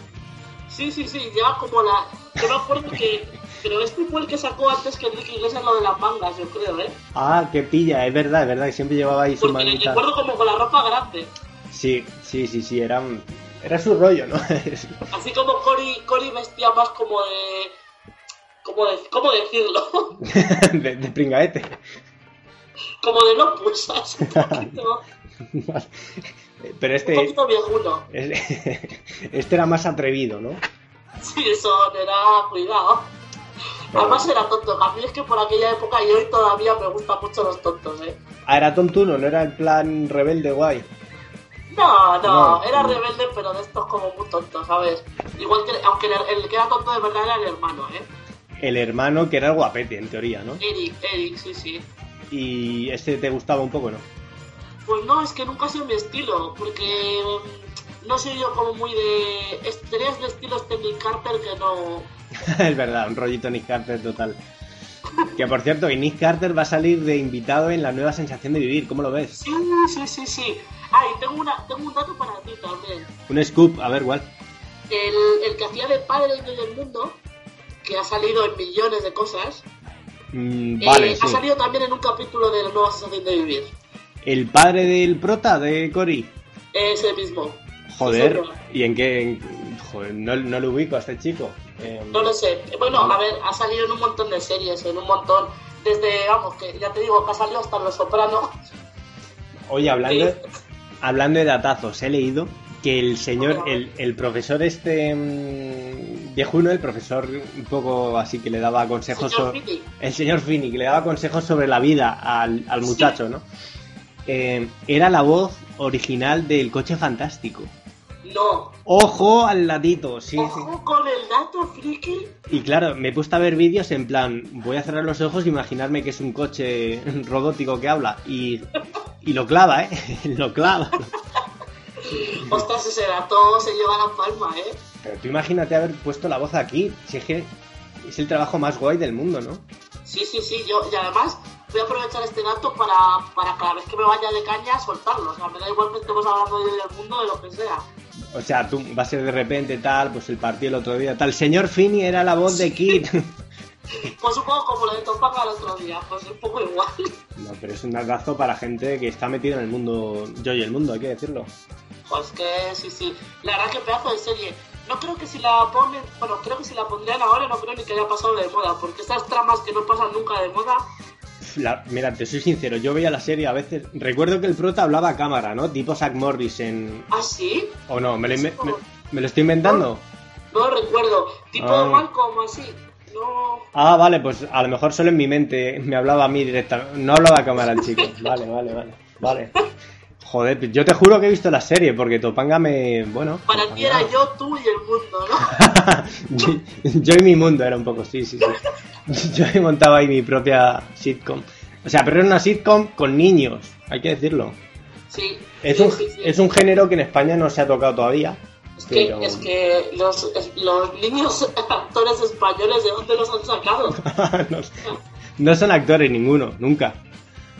Speaker 1: Sí, sí, sí, lleva como la... Yo me acuerdo que... Pero este fue el que sacó antes que Enrique Iglesias lo de las mangas, yo creo, ¿eh?
Speaker 2: Ah, qué pilla, es verdad, es verdad, que siempre llevaba ahí su
Speaker 1: Porque le
Speaker 2: manguita.
Speaker 1: recuerdo como con la ropa grande.
Speaker 2: Sí, sí, sí, sí, era, un- era su rollo, ¿no?
Speaker 1: Así como Cory, Cory vestía más como de. Como de, ¿Cómo decirlo?
Speaker 2: de, de pringaete.
Speaker 1: Como de Lopus, ¿sabes? Un poquito,
Speaker 2: Pero
Speaker 1: un
Speaker 2: este,
Speaker 1: poquito viejuno.
Speaker 2: este era más atrevido, ¿no?
Speaker 1: Sí, eso era cuidado. Además era tonto, que a mí es que por aquella época y hoy todavía me gustan mucho los tontos, ¿eh?
Speaker 2: Ah, era tontuno, no era el plan rebelde guay.
Speaker 1: No, no,
Speaker 2: No.
Speaker 1: era rebelde, pero de estos como muy tontos, ¿sabes? Igual que, aunque el, el que era tonto de verdad era el hermano, ¿eh?
Speaker 2: El hermano que era el guapete, en teoría, ¿no?
Speaker 1: Eric, Eric, sí, sí.
Speaker 2: Y este te gustaba un poco, ¿no?
Speaker 1: Pues no, es que nunca ha sido mi estilo, porque mm, no soy yo como muy de... es- Tenías de estilo este Nick Carter que no...
Speaker 2: es verdad, un rollito Nick Carter total. Que por cierto, que Nick Carter va a salir de invitado en la nueva sensación de vivir, ¿cómo lo ves?
Speaker 1: Sí, sí, sí, sí. Ah, y tengo, una, tengo un dato para ti también.
Speaker 2: Un scoop, a ver, ¿cuál?
Speaker 1: El, el que hacía de padre del del mundo, que ha salido en millones de cosas,
Speaker 2: Mm,
Speaker 1: eh,
Speaker 2: vale,
Speaker 1: ha
Speaker 2: sí.
Speaker 1: salido también en un capítulo de la nueva sensación de vivir.
Speaker 2: ¿El padre del prota de Cory?
Speaker 1: Ese mismo.
Speaker 2: Joder,
Speaker 1: Ese mismo.
Speaker 2: ¿y en qué? en- joder, no, no lo ubico a este chico. Em,
Speaker 1: No lo sé. Bueno, a ver, ha salido en un montón de series, en un montón. Desde, vamos, que ya te digo, que ha salido hasta en Los Sopranos.
Speaker 2: Oye, hablando,
Speaker 1: Sí.
Speaker 2: hablando de datazos, he leído que el señor,
Speaker 1: Hola.
Speaker 2: el, el profesor este mm, de Juno, el profesor un poco así que le daba consejos
Speaker 1: Señor
Speaker 2: sobre-
Speaker 1: Piti.
Speaker 2: el señor Finney, que le daba consejos sobre la vida al, al muchacho, ¿no? Eh, era la voz original del coche fantástico.
Speaker 1: No.
Speaker 2: Ojo al ladito, sí, sí.
Speaker 1: Ojo con el dato, friki.
Speaker 2: Y claro, me he puesto a ver vídeos en plan, voy a cerrar los ojos e imaginarme que es un coche robótico que habla. Y, y lo clava, ¿eh? Lo clava.
Speaker 1: Ostras, ese dato se lleva la palma, ¿eh?
Speaker 2: Pero tú imagínate haber puesto la voz aquí. Si es que es el trabajo más guay del mundo, ¿no?
Speaker 1: Sí, sí, sí. Yo, y además, voy a aprovechar este dato para, para cada vez que me vaya de caña soltarlo. O sea, me da igual que estemos hablando de- del mundo, de lo que sea.
Speaker 2: O sea, tú va a ser de repente tal, pues el partido el otro día tal. Señor Finney era la voz de Kid.
Speaker 1: Pues un poco como lo de Tom Paca el otro día. Pues un poco igual.
Speaker 2: No, pero es un abrazo para gente que está metida en el mundo, yo y el mundo, hay que decirlo.
Speaker 1: Pues que sí, sí. La verdad que pedazo de serie. No creo que si la ponen, bueno, creo que si la pondrían ahora no creo ni que haya pasado de moda, porque esas tramas que no pasan nunca de moda,
Speaker 2: La- mira, te soy sincero, yo veía la serie a veces. Recuerdo que el prota hablaba a cámara, ¿no? Tipo Zack Morris en.
Speaker 1: ¿ah, sí?
Speaker 2: ¿O no? ¿Me lo, inve- me- me lo estoy inventando?
Speaker 1: No recuerdo. Tipo
Speaker 2: Ah.
Speaker 1: Malcolm, así. No.
Speaker 2: Ah, vale, pues a lo mejor solo en mi mente me hablaba a mí directamente. No hablaba a cámara el chico. Vale, vale, vale. Vale. Joder, yo te juro que he visto la serie porque Topanga me. Bueno.
Speaker 1: Para ti era yo, tú y el mundo, ¿no?
Speaker 2: yo. yo y mi mundo era un poco, sí, sí, sí. Yo me montaba ahí mi propia sitcom. O sea, pero era una sitcom con niños, hay que decirlo.
Speaker 1: Sí.
Speaker 2: Es
Speaker 1: sí,
Speaker 2: un,
Speaker 1: sí, sí.
Speaker 2: es un género que en España no se ha tocado todavía.
Speaker 1: Es que,
Speaker 2: pero-
Speaker 1: es que los, es- los niños actores españoles, ¿de dónde los han sacado?
Speaker 2: no, no son actores ninguno, nunca.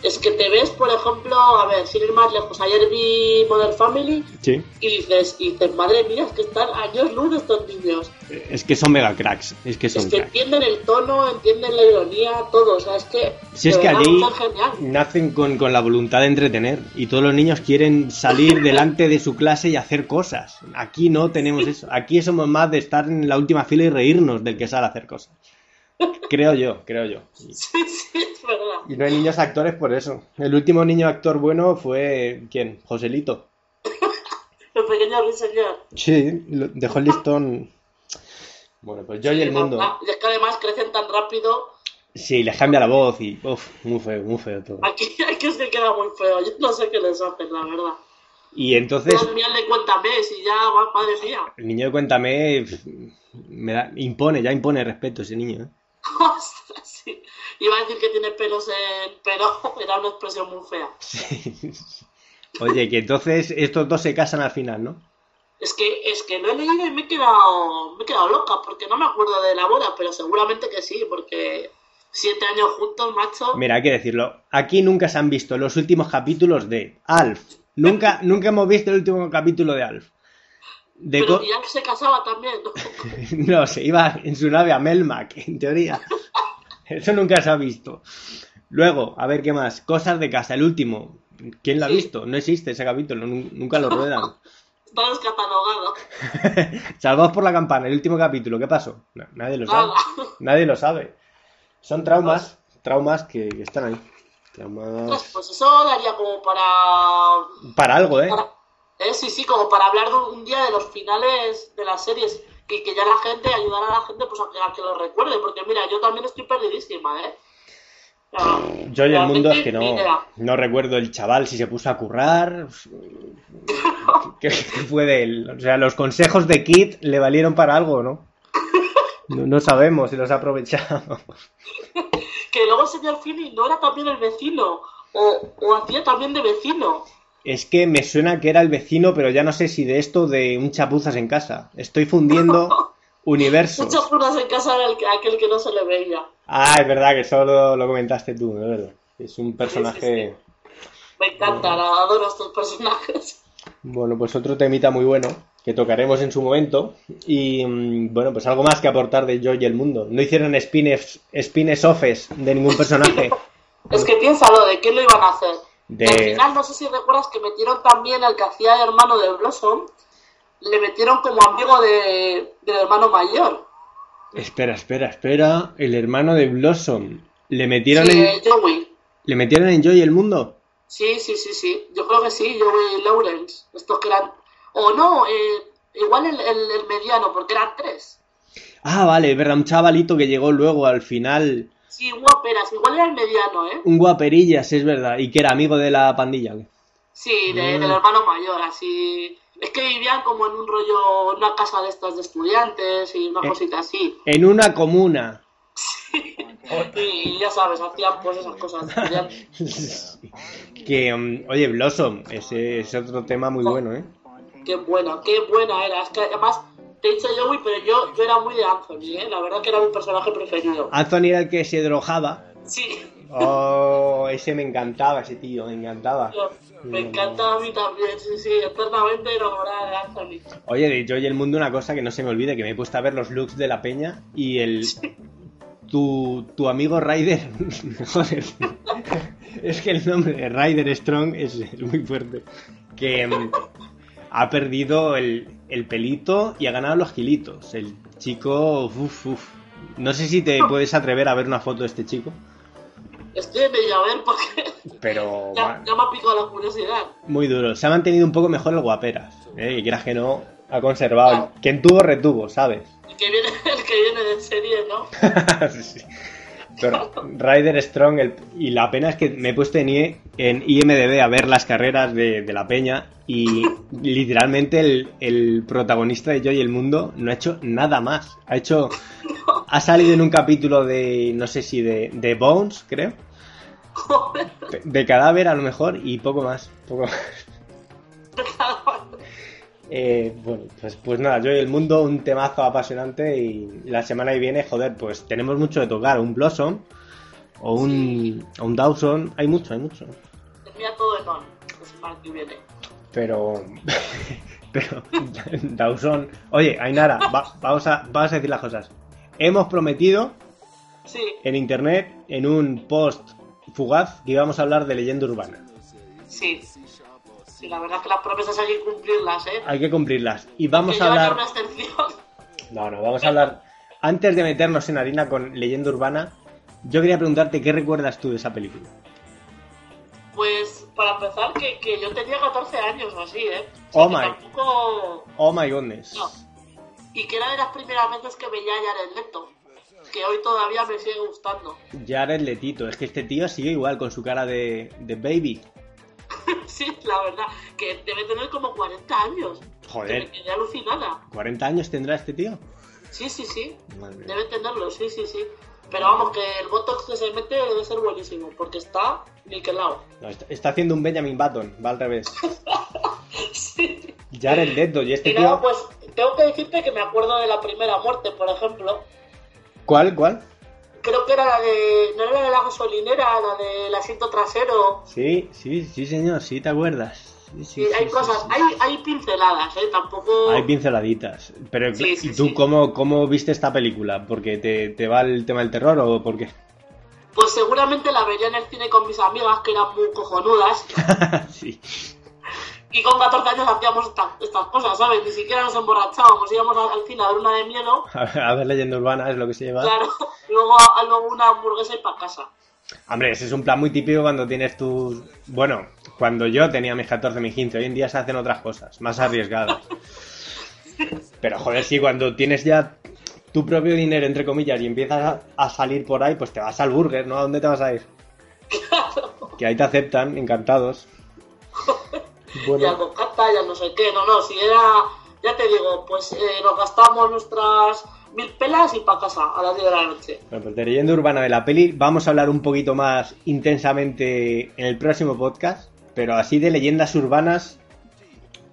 Speaker 1: es que te ves, por ejemplo, a ver, sin ir más lejos, ayer vi Modern Family
Speaker 2: Sí.
Speaker 1: y dices, y dices, madre mía, es que están años luz de estos niños.
Speaker 2: Es que son mega cracks. Es que son
Speaker 1: Es que
Speaker 2: cracks.
Speaker 1: entienden el tono, entienden la ironía, todo. O sea, es que.
Speaker 2: Si
Speaker 1: de
Speaker 2: es que
Speaker 1: verdad,
Speaker 2: allí
Speaker 1: están genial.
Speaker 2: nacen con, con la voluntad de entretener y todos los niños quieren salir delante de su clase y hacer cosas. Aquí no tenemos eso. Aquí somos más de estar en la última fila y reírnos del que sale a hacer cosas. Creo yo, creo yo.
Speaker 1: Sí, sí, es verdad.
Speaker 2: Y no hay niños actores por eso. El último niño actor bueno fue. ¿Quién? Joselito.
Speaker 1: Los pequeños ruiseñor.
Speaker 2: Sí, lo- dejó el listón. Bueno, pues yo y el mundo.
Speaker 1: Y "Ah, es que además crecen tan rápido.
Speaker 2: Sí, les cambia la voz y. Uf, muy feo, muy feo todo.
Speaker 1: Aquí, aquí se queda muy feo. Yo no sé qué les hacen, la verdad.
Speaker 2: Y entonces.
Speaker 1: Pues miel de cuéntame, si ya va, madre mía.
Speaker 2: El niño de Cuéntame pf, me da, impone, ya impone respeto ese niño. ¿eh?
Speaker 1: Ostras, sí. Iba a decir que tiene pelos en. Pero era una expresión muy fea.
Speaker 2: Oye, que entonces estos dos se casan al final, ¿no?
Speaker 1: Es que, es que lo he leído y me he quedado, me he quedado loca, porque no me acuerdo de la boda, pero seguramente que sí, porque siete años juntos, macho.
Speaker 2: Mira, hay que decirlo. Aquí nunca se han visto los últimos capítulos de Alf. Nunca, nunca hemos visto el último capítulo de Alf. De
Speaker 1: pero
Speaker 2: co-
Speaker 1: ya se casaba también. ¿no?
Speaker 2: No, se iba en su nave a Melmac, en teoría. Eso nunca se ha visto. Luego, a ver qué más. Cosas de casa, el último. ¿Quién lo ha
Speaker 1: Sí.
Speaker 2: visto? No existe ese capítulo, nun- nunca lo ruedan.
Speaker 1: Está descatalogado.
Speaker 2: Salvados por la campana, el último capítulo, ¿qué pasó? No, nadie lo sabe.
Speaker 1: Nada.
Speaker 2: Nadie lo sabe. Son traumas, traumas que, que están ahí. Traumas.
Speaker 1: Pues eso daría como para.
Speaker 2: Para algo, ¿eh?
Speaker 1: para- eh, sí, sí, como para hablar de un un día de los finales de las series. Que, que ya la gente, ayudar a la gente pues a que, a que lo recuerde. Porque mira, yo también estoy perdidísima, ¿eh? Ya,
Speaker 2: Yo y el mundo es que no,
Speaker 1: ni idea.
Speaker 2: no recuerdo el chaval si se puso a currar. ¿Qué, qué fue de él? O sea, los consejos de Kit le valieron para algo, ¿no? No, no sabemos si los ha aprovechado.
Speaker 1: Que luego el señor Finney no era también el vecino. O, o hacía también de vecino.
Speaker 2: Es que me suena que era el vecino, pero ya no sé si de esto de un chapuzas en casa. Estoy fundiendo universos.
Speaker 1: Muchas puras en casa era el- aquel que no se le veía.
Speaker 2: Ah, es verdad que solo lo comentaste tú, es verdad. Es un personaje.
Speaker 1: Me encanta, la- adoro estos personajes.
Speaker 2: Bueno, pues otro temita muy bueno que tocaremos en su momento. Y mm, bueno, pues algo más que aportar de Joy y el mundo. No hicieron spin-offs spin de ningún personaje.
Speaker 1: Es que piénsalo, ¿de qué lo iban a hacer?
Speaker 2: De...
Speaker 1: Al final, no sé si recuerdas que metieron también al que hacía el hermano de Blossom, le metieron como amigo de, del hermano mayor.
Speaker 2: Espera, espera, espera. El hermano de Blossom. ¿Le metieron,
Speaker 1: Sí, eh,
Speaker 2: en...
Speaker 1: Joey.
Speaker 2: ¿Le metieron en Joy el mundo?
Speaker 1: Sí, sí, sí, sí. Yo creo que sí, Joey y Lawrence. Estos que eran. O no, eh, igual el, el- el mediano, porque eran tres.
Speaker 2: Ah, vale, es verdad, un chavalito que llegó luego al final.
Speaker 1: Sí, guaperas, igual era el mediano, ¿eh?
Speaker 2: Un guaperillas, es verdad, y que era amigo de la pandilla. ¿o qué?
Speaker 1: Sí, de-
Speaker 2: Mm.
Speaker 1: del hermano mayor, así. Es que vivían como en un rollo, una casa de estas de estudiantes y una
Speaker 2: Eh.
Speaker 1: cosita así.
Speaker 2: En una comuna.
Speaker 1: Y ya sabes, hacían pues esas cosas. de estudiantes.
Speaker 2: que, mm, oye, Blossom, ese es otro tema muy bueno, ¿eh?
Speaker 1: Qué buena, qué buena era. Es que además, te he dicho Joey, pero yo, yo era muy de Anthony, ¿eh? La verdad que era mi personaje preferido.
Speaker 2: Anthony era el que se drogaba.
Speaker 1: Sí.
Speaker 2: Oh, ese me encantaba, ese tío, me encantaba.
Speaker 1: Me encanta a mí también, sí, sí, eternamente enamorada de Anthony.
Speaker 2: Oye, de Joy el Mundo, una cosa que no se me olvide, que me he puesto a ver los looks de la peña y el... Tu, tu amigo Ryder... Joder. Es que el nombre de Ryder Strong es, es muy fuerte. Que mm, ha perdido el, el pelito y ha ganado los kilitos. El chico... Uf, uf. No sé si te puedes atrever a ver una foto de este chico,
Speaker 1: Estoy en ello, a ver, porque
Speaker 2: pero...
Speaker 1: ya,
Speaker 2: man,
Speaker 1: ya me ha picado la curiosidad.
Speaker 2: Muy duro. Se ha mantenido un poco mejor el guaperas. ¿eh? Que quieras que no, ha conservado. Quien tuvo, retuvo, ¿sabes?
Speaker 1: El que viene, el que viene de serie, ¿no?
Speaker 2: Sí. Pero Ryder Strong, el- y la pena es que me he puesto en, IE en IMDB a ver las carreras de, de la peña y literalmente el, el protagonista de Joy el Mundo no ha hecho nada más. Ha hecho... Ha salido en un capítulo de, no sé si de, de Bones, creo. De- De cadáver a lo mejor y poco más. Poco más. Eh, bueno, pues, pues nada, yo y el mundo, un temazo apasionante y la semana que viene, joder, pues tenemos mucho de tocar, un Blossom o un, o un Dawson, hay mucho, hay mucho,
Speaker 1: Termina todo en on, la semana que viene.
Speaker 2: pero... pero Dawson... Oye, Ainara, va- vamos, a, vamos a decir las cosas. Hemos prometido
Speaker 1: Sí,
Speaker 2: en internet, en un post fugaz, que íbamos a hablar de leyenda urbana.
Speaker 1: sí. Sí, la verdad es que las promesas hay que cumplirlas, ¿eh?
Speaker 2: Hay que cumplirlas. Y vamos
Speaker 1: que
Speaker 2: a
Speaker 1: yo haría
Speaker 2: hablar...
Speaker 1: una excepción.
Speaker 2: No, no, vamos a hablar. Antes de meternos en harina con leyenda urbana, yo quería preguntarte qué recuerdas tú de esa película.
Speaker 1: Pues, para empezar, que, que yo tenía 14 años o así, ¿eh? O
Speaker 2: Oh
Speaker 1: que
Speaker 2: my.
Speaker 1: Tampoco...
Speaker 2: Oh my goodness.
Speaker 1: No. Y que era de las primeras veces que veía a Jared Leto. Que hoy todavía me sigue gustando.
Speaker 2: Jared Letito, es que este tío sigue igual con su cara de, de baby.
Speaker 1: sí, la verdad. Que debe tener como 40 años. Que
Speaker 2: Joder,
Speaker 1: me quedé alucinada.
Speaker 2: ¿40 años tendrá este tío?
Speaker 1: Sí, sí, sí.
Speaker 2: Madre mía.
Speaker 1: Debe tenerlo, sí, sí, sí. Pero vamos, que el botox que se mete debe ser buenísimo. Porque está niquelado.
Speaker 2: No, está, está haciendo un Benjamin Button, va al revés.
Speaker 1: sí.
Speaker 2: Jared Leto, y este
Speaker 1: Y nada,
Speaker 2: tío.
Speaker 1: pues tengo que decirte que me acuerdo de la primera muerte, por ejemplo. pues-
Speaker 2: ¿Cuál, cuál?
Speaker 1: Creo que era la de. No era la de la gasolinera, la del asiento trasero.
Speaker 2: Sí, sí, sí, señor, sí, te acuerdas. Sí, sí,
Speaker 1: Sí,
Speaker 2: sí,
Speaker 1: hay
Speaker 2: sí,
Speaker 1: cosas,
Speaker 2: sí.
Speaker 1: Hay, hay pinceladas, ¿eh? Tampoco.
Speaker 2: Hay pinceladitas. Pero,
Speaker 1: Sí, sí,
Speaker 2: ¿y tú
Speaker 1: sí.
Speaker 2: Cómo, cómo viste esta película? ¿Porque te, te va el tema del terror o por qué?
Speaker 1: Pues seguramente la vería en el cine con mis amigas, que eran muy cojonudas,
Speaker 2: sí.
Speaker 1: y con 14 años hacíamos esta- estas cosas, ¿sabes? Ni siquiera nos emborrachábamos, íbamos al al cine a ver una de mielo,
Speaker 2: A ver, a ver, leyenda urbana es lo que se lleva.
Speaker 1: claro, luego, a- luego una hamburguesa y para casa.
Speaker 2: Hombre, ese es un plan muy típico cuando tienes tus... Bueno, cuando yo tenía mis 14, mis 15. Hoy en día se hacen otras cosas, más arriesgadas. Pero joder, sí, cuando tienes ya tu propio dinero, entre comillas, y empiezas a, a salir por ahí, pues te vas al burger, ¿no? ¿A dónde te vas a ir? Que ahí te aceptan, encantados.
Speaker 1: Y al bocata y al no sé qué, no, no, si era, ya te digo, pues eh, nos gastamos nuestras mil pelas y para casa a las 10 de la noche.
Speaker 2: Bueno, pues de leyenda urbana de la peli vamos a hablar un poquito más intensamente en el próximo podcast, pero así de leyendas urbanas,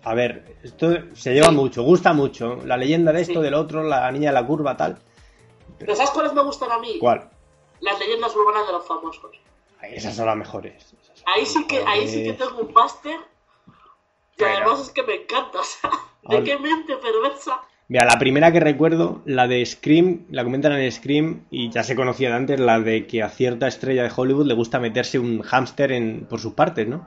Speaker 2: a ver, esto se lleva mucho, gusta mucho, la leyenda de
Speaker 1: Sí.
Speaker 2: esto, del otro, la niña de la curva, tal.
Speaker 1: ¿Pero sabes cuáles me gustan a mí?
Speaker 2: ¿Cuál?
Speaker 1: Las leyendas urbanas de los famosos.
Speaker 2: Ay, Esas son las mejores. Esas son
Speaker 1: Ahí
Speaker 2: las
Speaker 1: sí que, ahí sí que
Speaker 2: mejores.
Speaker 1: tengo un máster. Y
Speaker 2: Bueno.
Speaker 1: además es que me encanta, o sea, de
Speaker 2: Ahora-
Speaker 1: qué mente perversa.
Speaker 2: Mira, la primera que recuerdo, la de Scream, la comentan en Scream y ya se conocía de antes, la de que a cierta estrella de Hollywood le gusta meterse un hámster en, por sus partes, ¿no?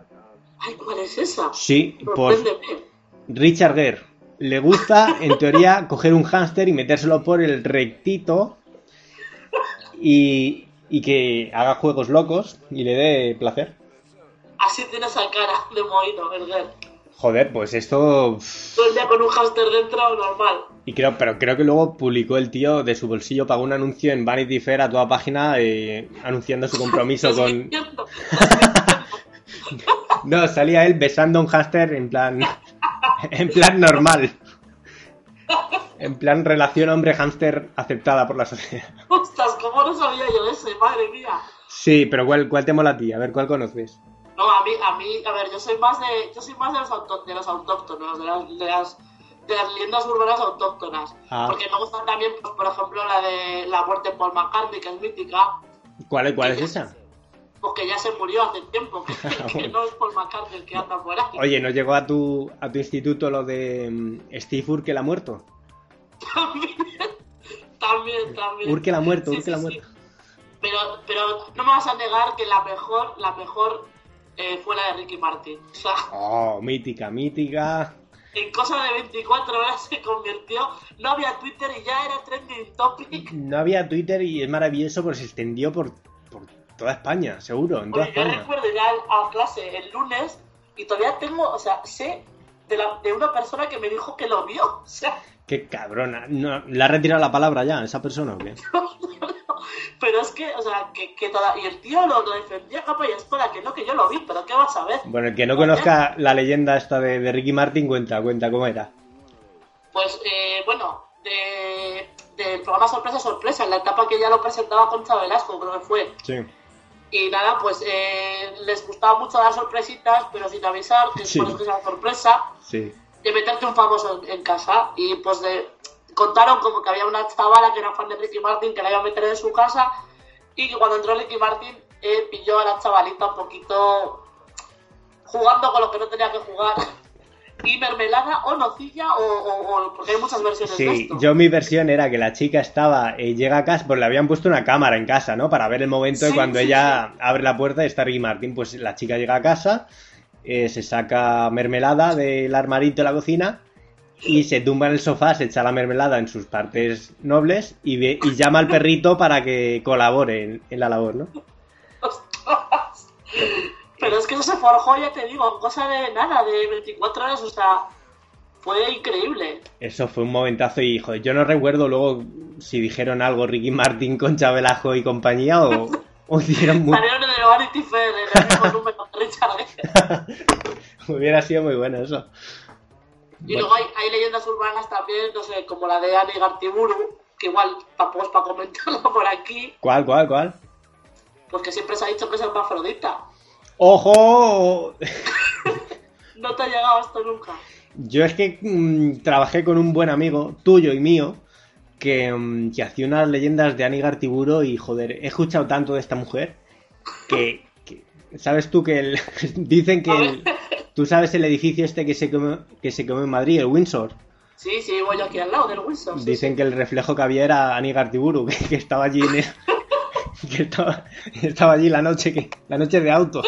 Speaker 1: Ay, ¿cuál es esa?
Speaker 2: Sí, por
Speaker 1: Sorpréndeme.
Speaker 2: Richard Gere. Le gusta, en teoría, coger un hámster y metérselo por el rectito y, y que haga juegos locos y le dé placer.
Speaker 1: Así tiene esa cara de mohino, ¿verdad?
Speaker 2: Joder, pues esto... uf,
Speaker 1: Todo el día con un hámster dentro, normal.
Speaker 2: Y creo, pero creo que luego publicó el tío de su bolsillo, pagó un anuncio en Vanity Fair a toda página eh, anunciando su compromiso con...
Speaker 1: Desmintiendo.
Speaker 2: No, salía él besando a un hámster en plan... En plan normal. En plan relación hombre-hámster aceptada por la sociedad.
Speaker 1: Ostras, ¿cómo no sabía yo ese? Madre mía.
Speaker 2: Sí, pero ¿cuál, cuál te mola a ti? A ver, ¿cuál conoces?
Speaker 1: No, a mí, a mí, a ver, yo soy más de, yo soy más de los, auto- de los autóctonos, de las, de las, de las leyendas urbanas autóctonas.
Speaker 2: Ah.
Speaker 1: Porque me gusta también, pues, por ejemplo, la de la muerte de Paul McCartney, que es mítica,
Speaker 2: ¿Cuál, cuál es esa?
Speaker 1: porque ya se murió hace tiempo, que, que no es Paul McCartney el que anda por ahí.
Speaker 2: Oye, ¿no llegó a tu, a tu instituto lo de mm, Steve Urkel ha muerto?
Speaker 1: También, también.
Speaker 2: Urkel ha muerto,
Speaker 1: Sí,
Speaker 2: Urkel ha
Speaker 1: sí,
Speaker 2: muerto.
Speaker 1: sí. Pero, pero no me vas a negar que la mejor, la mejor eh, fue la de Ricky Martin. O sea,
Speaker 2: Oh, mítica, mítica.
Speaker 1: En cosa de 24 horas se convirtió, no había Twitter y ya era trending topic.
Speaker 2: No había Twitter y es maravilloso porque se extendió por, por toda España, seguro, en toda
Speaker 1: Oye, yo
Speaker 2: España.
Speaker 1: recuerdo ir a, a clase el lunes y todavía tengo, o sea, sé de, la- de una persona que me dijo que lo vio. O sea,
Speaker 2: Qué cabrona. No, ¿Le ha retirado la palabra ya a esa persona o qué?
Speaker 1: pero es que, o sea, que, que toda- y el tío lo, "Ah, pues, lo defendía capa y espada, que no, que yo lo vi, pero ¿qué vas a ver?
Speaker 2: Bueno, el que no conozca la leyenda esta de, de Ricky Martin, cuenta, cuenta cómo era.
Speaker 1: Pues eh, bueno, de- del programa Sorpresa Sorpresa, en la etapa que ya lo presentaba Concha Velasco, creo que fue.
Speaker 2: Sí.
Speaker 1: Y nada, pues eh, les gustaba mucho dar sorpresitas, pero sin avisar, que
Speaker 2: Sí.
Speaker 1: es por eso que es la sorpresa,
Speaker 2: Sí.
Speaker 1: de meterte un famoso en, en casa. Y pues de, contaron como que había una chavala que era fan de Ricky Martin que la iba a meter en su casa y que cuando entró Ricky Martin eh, pilló a la chavalita un poquito jugando con lo que no tenía que jugar. Y mermelada o nocilla, o, o- o- porque hay muchas versiones de
Speaker 2: Sí,
Speaker 1: esto.
Speaker 2: yo mi versión era que la chica estaba, eh, llega a casa, pues le habían puesto una cámara en casa, ¿no? Para ver el momento de
Speaker 1: Sí,
Speaker 2: cuando
Speaker 1: sí,
Speaker 2: ella abre la puerta y está Ricky Martin, pues la chica llega a casa, eh, se saca mermelada del armarito de la cocina y se tumba en el sofá, se echa la mermelada en sus partes nobles y, ve- y llama al perrito para que colabore en, en la labor, ¿no?
Speaker 1: Ostras. Pero es que eso se forjó, ya te digo, en cosa de nada, de 24 horas, o sea, fue increíble.
Speaker 2: Eso fue un momentazo y, joder, yo no recuerdo luego si dijeron algo Ricky Martin con Chabelajo y compañía o, o hicieron muy...
Speaker 1: Salieron en el Vanity Fair, en el mismo número de Richard Gere.
Speaker 2: Hubiera sido muy bueno eso.
Speaker 1: Y
Speaker 2: Bueno,
Speaker 1: luego hay, hay leyendas urbanas también, no sé, como la de Anne Gartiburu, que igual tampoco es para comentarlo por aquí,
Speaker 2: ¿Cuál, cuál, cuál?
Speaker 1: porque siempre se ha dicho que es hermafrodita.
Speaker 2: ¡Ojo!
Speaker 1: No te ha llegado esto nunca.
Speaker 2: Yo es que mm, trabajé con un buen amigo, tuyo y mío, que, mm, que hacía unas leyendas de Annie Gartiburo y, joder, he escuchado tanto de esta mujer que, que- ¿sabes tú que el- dicen que el- tú sabes el edificio este que se come, que se come en Madrid, el Windsor?
Speaker 1: Sí, sí, voy yo aquí al lado del Wilson. sí,
Speaker 2: Dicen que el reflejo que había era Annie Gartiburu, que, que estaba allí en el- que estaba, estaba allí la noche que, la noche de auto.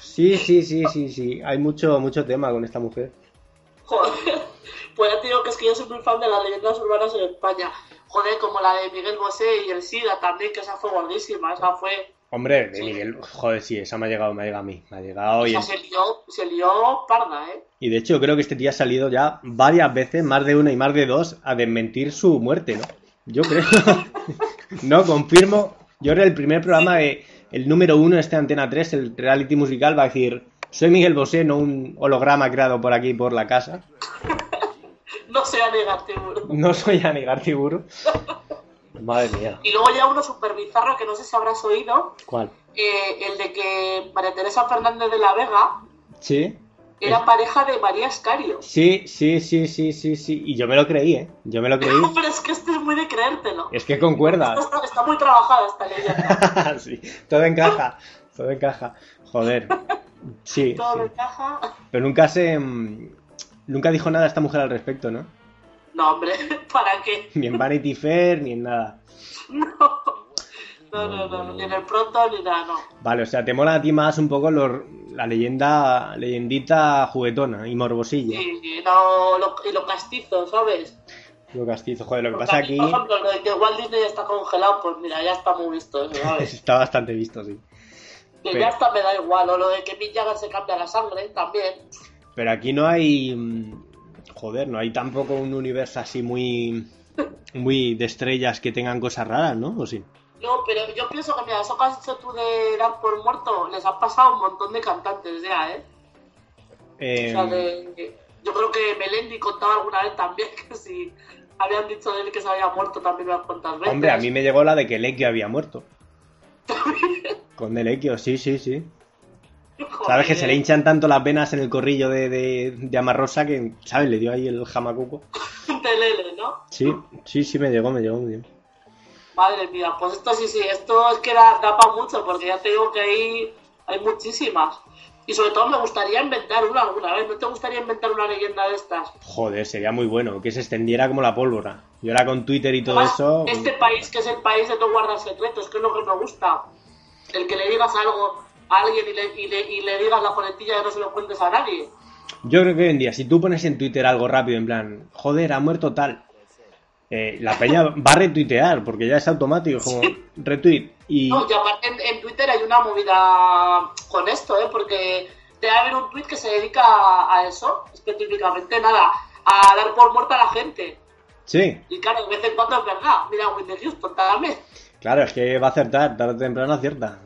Speaker 2: Sí, sí, sí, sí, sí. Hay mucho, mucho tema con esta mujer.
Speaker 1: sí. Joder. Pues ya te digo que es que yo soy muy fan de las leyendas urbanas en España. Joder, como la de Miguel Bosé y el SIDA también, que esa fue gordísima, esa fue...
Speaker 2: Hombre, de
Speaker 1: Sí.
Speaker 2: Miguel, joder, sí, esa me ha llegado, me ha llegado a mí, me ha llegado y,
Speaker 1: O sea, se lió, se lió parda, ¿eh?
Speaker 2: y de hecho creo que este tío ha salido ya varias veces, más de una y más de dos, a desmentir su muerte, ¿no? Yo creo. no, confirmo. Yo era el primer programa de el número uno de este Antena 3, el reality musical, va a decir, soy Miguel Bosé, no un holograma creado por aquí por la casa.
Speaker 1: No sea negativo.
Speaker 2: No soy Ani Gartiburu. Madre mía.
Speaker 1: Y luego ya uno super bizarro que no sé si habrás oído,
Speaker 2: ¿Cuál?
Speaker 1: eh, el de que María Teresa Fernández de la Vega
Speaker 2: Sí.
Speaker 1: era pareja de María Escario.
Speaker 2: Sí, sí, sí, sí, sí, sí. Y yo me lo creí, ¿eh? Yo me lo creí.
Speaker 1: Pero es que esto es muy de creértelo.
Speaker 2: Es que concuerda.
Speaker 1: Esto está, está muy trabajada esta leyenda.
Speaker 2: sí, todo encaja, todo encaja. Joder. Sí,
Speaker 1: Todo
Speaker 2: sí.
Speaker 1: me encaja.
Speaker 2: Pero nunca se... mm, Nunca dijo nada esta mujer al respecto, ¿no?
Speaker 1: No, hombre, ¿para qué?
Speaker 2: Ni en Vanity Fair, ni en nada.
Speaker 1: No. No, no, no, ni en el pronto ni nada, no.
Speaker 2: Vale, o sea, te mola a ti más un poco los- la leyenda, leyendita juguetona y morbosilla.
Speaker 1: Y, y no, lo, y lo castizo, ¿sabes?
Speaker 2: Lo castizo, joder, lo que
Speaker 1: Porque
Speaker 2: pasa
Speaker 1: aquí,
Speaker 2: aquí
Speaker 1: Por ejemplo, lo de que Walt Disney está congelado, pues mira, ya está muy visto eso, ¿sabes?
Speaker 2: está bastante visto, sí.
Speaker 1: Que
Speaker 2: Pero-
Speaker 1: ya hasta me da igual, o lo de que Mick Jagger se cambia la sangre también.
Speaker 2: Pero aquí no hay. mm, Joder, no hay tampoco un universo así muy. Muy de estrellas que tengan cosas raras, ¿no? ¿O sí?
Speaker 1: No, pero yo pienso que, mira, eso que has hecho tú de dar por muerto, les ha pasado a un montón de cantantes ya, ¿eh?
Speaker 2: Eh,
Speaker 1: O sea, de- yo creo que Melendi contaba alguna vez también que si habían dicho de él que se había muerto también unas cuantas veces.
Speaker 2: hombre, a mí me llegó la de que Lequio había muerto. Con Delequio, sí, sí, sí.
Speaker 1: Joder.
Speaker 2: Sabes que se le hinchan tanto las venas en el corrillo de, de, de Amarrosa que, ¿sabes? Le dio ahí el jamacuco.
Speaker 1: Telele, ¿no?
Speaker 2: Sí, sí, sí, me llegó, me llegó, me llegó.
Speaker 1: Madre mía, pues esto sí, sí, esto es que da, da para mucho, porque ya te digo que hay, hay muchísimas. Y sobre todo me gustaría inventar una alguna vez. ¿No te gustaría inventar una leyenda de estas?
Speaker 2: Joder, sería muy bueno que se extendiera como la pólvora. Y ahora con Twitter y todo
Speaker 1: Además,
Speaker 2: eso.
Speaker 1: Este país, que es el país de no guardar secretos, que es lo que me gusta. El que le digas algo a alguien y le, y le- y le digas la coletilla y no se lo cuentes a nadie.
Speaker 2: Yo creo que hoy en día, si tú pones en Twitter algo rápido, en plan, joder, ha muerto tal, eh, la peña va a retuitear, porque ya es automático, es como retweet. Y
Speaker 1: No, y aparte en, en Twitter hay una movida con esto, ¿eh? Porque te va a haber un tweet que se dedica a, a eso, específicamente, nada, a dar por muerta a la gente.
Speaker 2: sí,
Speaker 1: Y claro, de vez en cuando es verdad. Mira, Whitney Houston, también.
Speaker 2: claro, es que va a acertar, tarde o temprano acierta.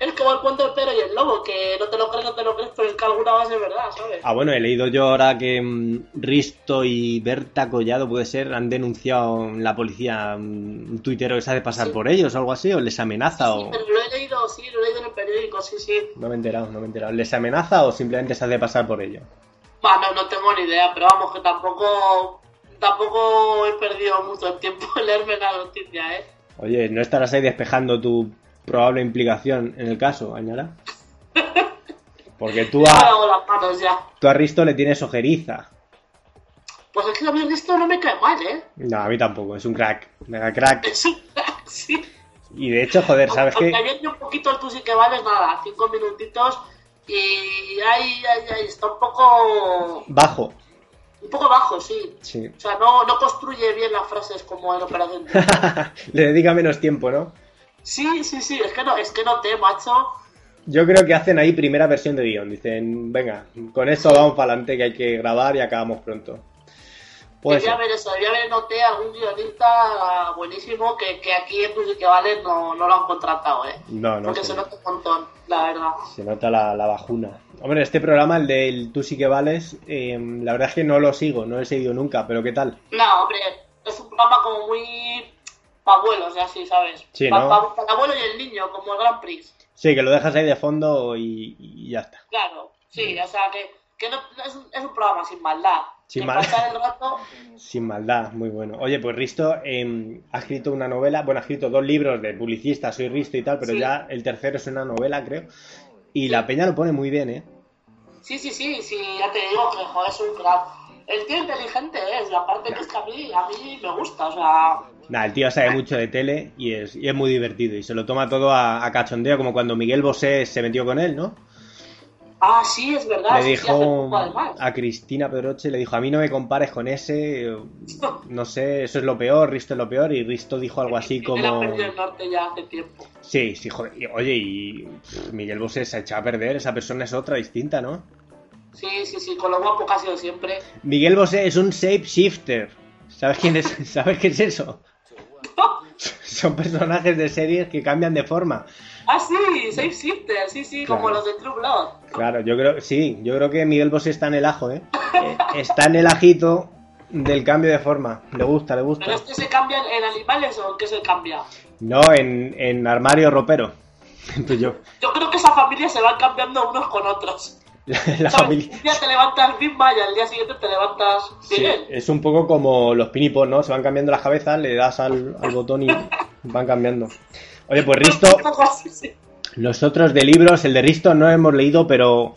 Speaker 1: Es como el cuento del perro y el lobo, que no te lo crees, no te lo crees, pero es que alguna base es verdad, ¿sabes?
Speaker 2: Ah, bueno, he leído yo ahora que mm, Risto y Berta Collado, puede ser, han denunciado en la policía mm, un tuitero que se hace pasar
Speaker 1: Sí.
Speaker 2: por ellos o algo así, o les amenaza
Speaker 1: Sí,
Speaker 2: o...
Speaker 1: pero lo he leído, sí, lo he leído en el periódico, sí, sí.
Speaker 2: No me he enterado, no me he enterado. ¿Les amenaza o simplemente se hace pasar por ellos?
Speaker 1: Bueno, no tengo ni idea, pero vamos, que tampoco, tampoco he perdido mucho el tiempo en leerme la noticia, ¿eh?
Speaker 2: Oye, ¿no estarás ahí despejando tu probable implicación en el caso, Añara? Porque tú
Speaker 1: Yo me
Speaker 2: a,
Speaker 1: hago las manos ya.
Speaker 2: tú a Risto le tienes ojeriza.
Speaker 1: Pues es que a mí el esto no me cae mal, ¿eh?
Speaker 2: No, a mí tampoco, es un crack, mega crack.
Speaker 1: Es un crack, sí.
Speaker 2: Y de hecho, joder, ¿sabes
Speaker 1: Aunque
Speaker 2: qué?
Speaker 1: ayer un poquito el tú sí que vales, nada, cinco minutitos y ahí, ahí, ahí, está un poco,
Speaker 2: Bajo,
Speaker 1: un poco bajo, sí.
Speaker 2: sí.
Speaker 1: O sea, no, no construye bien las frases como en Operación. Triunfo.
Speaker 2: le dedica menos tiempo, ¿no?
Speaker 1: Sí, sí, sí, es que no, es que no te, macho.
Speaker 2: Yo creo que hacen ahí primera versión de guión. Dicen, venga, con esto vamos para adelante que hay que grabar y acabamos pronto. Pues
Speaker 1: Debía haber eso, debía haber noté algún guionista buenísimo que, que aquí en Music Vale no, no lo han contratado, ¿eh?
Speaker 2: no, no.
Speaker 1: Porque
Speaker 2: sé.
Speaker 1: se nota un montón, la verdad.
Speaker 2: Se nota la, la bajuna. Hombre, este programa, el del Tú sí que vales, eh, la verdad es que no lo sigo, no lo he seguido nunca, pero ¿qué tal?
Speaker 1: No, hombre, es un programa como muy pa' abuelos, ya así, ¿sabes?
Speaker 2: Sí,
Speaker 1: Pa-
Speaker 2: ¿no?
Speaker 1: pa- para el abuelo y el niño, como el Grand Prix.
Speaker 2: Sí, que lo dejas ahí de fondo y, y ya está.
Speaker 1: Claro, sí, o sea, que, que no, es, un, es un programa sin maldad.
Speaker 2: Mm. Sin
Speaker 1: que
Speaker 2: maldad.
Speaker 1: pasar el rato,
Speaker 2: Sin maldad, muy bueno. Oye, pues Risto eh, ha escrito una novela, bueno, ha escrito dos libros de publicista, soy Risto y tal, pero
Speaker 1: Sí.
Speaker 2: ya el tercero es una novela, creo. Y la peña lo pone muy bien, ¿eh?
Speaker 1: sí, sí, sí, sí, ya te digo que, joder, es un crack. El tío inteligente es, la parte que es que a mí, a mí me gusta, o sea...
Speaker 2: Nada, el tío sabe mucho de tele y es, y es muy divertido y se lo toma todo a, a cachondeo, como cuando Miguel Bosé se metió con él, ¿no?
Speaker 1: Ah, sí, es verdad.
Speaker 2: le
Speaker 1: sí, sí, hace
Speaker 2: dijo
Speaker 1: poco, además.
Speaker 2: a Cristina Pedroche, le dijo, a mí no me compares con ese, no sé, eso es lo peor, Risto es lo peor, y Risto dijo algo así
Speaker 1: Él ha
Speaker 2: como...
Speaker 1: perdido el norte ya hace tiempo.
Speaker 2: Sí, sí, joder, y- oye, y pff, Miguel Bosé se ha echado a perder, esa persona es otra distinta, ¿no?
Speaker 1: Sí, sí, sí, con lo guapo que ha sido siempre.
Speaker 2: Miguel Bosé es un shapeshifter, ¿sabes quién es? ¿Sabes qué es eso? Son personajes de series que cambian de forma.
Speaker 1: Ah, sí, Safe Shifter, sí, sí, como
Speaker 2: Claro.
Speaker 1: los de True Blood.
Speaker 2: Claro, yo creo, sí, yo creo que Miguel Bosé está en el ajo, ¿eh? Eh, Está en el ajito del cambio de forma. Le gusta, le gusta.
Speaker 1: Pero este se cambia en animales o en qué se cambia.
Speaker 2: No, en, en armario ropero. Pues yo,
Speaker 1: Yo creo que esa familia se van cambiando unos con otros.
Speaker 2: la, la
Speaker 1: ¿Sabes?
Speaker 2: familia.
Speaker 1: Un día te levantas Bimba y al día siguiente te levantas
Speaker 2: Sí,
Speaker 1: Miguel.
Speaker 2: es un poco como los pinipos, ¿no? Se van cambiando las cabezas, le das al, al botón y van cambiando. Oye, pues Risto,
Speaker 1: Un poco así, sí.
Speaker 2: nosotros de libros, el de Risto no hemos leído, pero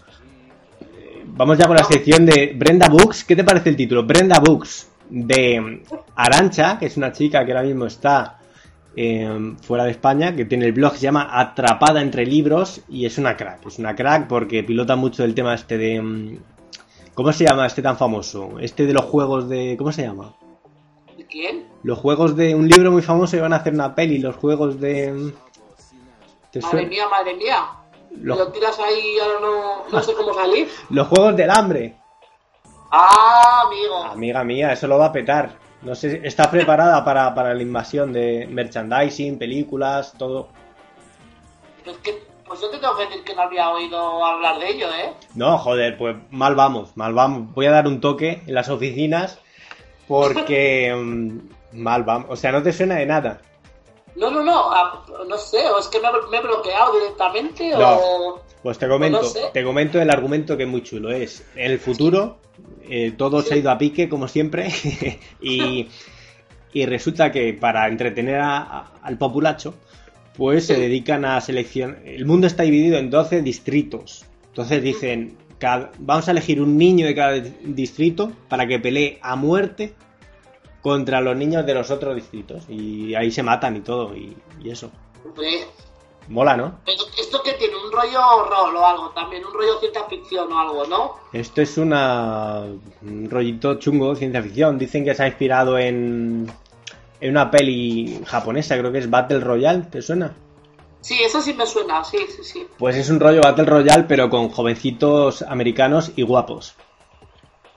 Speaker 2: eh, vamos ya con la sección de Brenda Books. ¿Qué te parece el título? Brenda Books. de Arancha, que es una chica que ahora mismo está eh, fuera de España, que tiene el blog que se llama Atrapada entre libros y es una crack. Es una crack porque pilota mucho el tema este de... ¿Cómo se llama este tan famoso? Este de los juegos de... ¿Cómo se llama?
Speaker 1: ¿Quién?
Speaker 2: Los juegos de... Un libro muy famoso y van a hacer una peli. Los juegos de... mm, ¿Te
Speaker 1: Madre
Speaker 2: suena?
Speaker 1: mía, madre mía.
Speaker 2: Lo-
Speaker 1: Lo tiras ahí y ahora no, no sé cómo salir.
Speaker 2: Los juegos del hambre.
Speaker 1: Ah, amigo.
Speaker 2: Amiga mía, eso lo va a petar. No sé, ¿estás preparada para, para la invasión de merchandising, películas, todo?
Speaker 1: Es que, pues yo te tengo que decir que no había oído hablar de ello, ¿eh?
Speaker 2: No, joder, pues mal vamos, mal vamos. Voy a dar un toque en las oficinas porque mm, mal vamos. O sea, no te suena de nada.
Speaker 1: No, no, no. ah, No sé, o es que me, me he bloqueado directamente
Speaker 2: No.
Speaker 1: o...
Speaker 2: Pues te comento,
Speaker 1: Pues no sé.
Speaker 2: te comento el argumento que es muy chulo. Es en el futuro, eh, todo se ha ido a pique, como siempre, y, y resulta que para entretener a- a- al populacho, pues se dedican a seleccionar. El mundo está dividido en 12 distritos. Entonces dicen, cada- vamos a elegir un niño de cada distrito para que pelee a muerte contra los niños de los otros distritos. Y ahí se matan y todo, y, y eso.
Speaker 1: Pues,
Speaker 2: Mola, ¿no?
Speaker 1: Pero esto que tiene un rollo rol o algo también, un rollo ciencia ficción o algo, ¿no?
Speaker 2: Esto es una un rollito chungo, ciencia ficción. Dicen que se ha inspirado en, en una peli japonesa, creo que es Battle Royale, ¿te suena?
Speaker 1: Sí, eso sí me suena, sí, sí, sí.
Speaker 2: Pues es un rollo Battle Royale, pero con jovencitos americanos y guapos.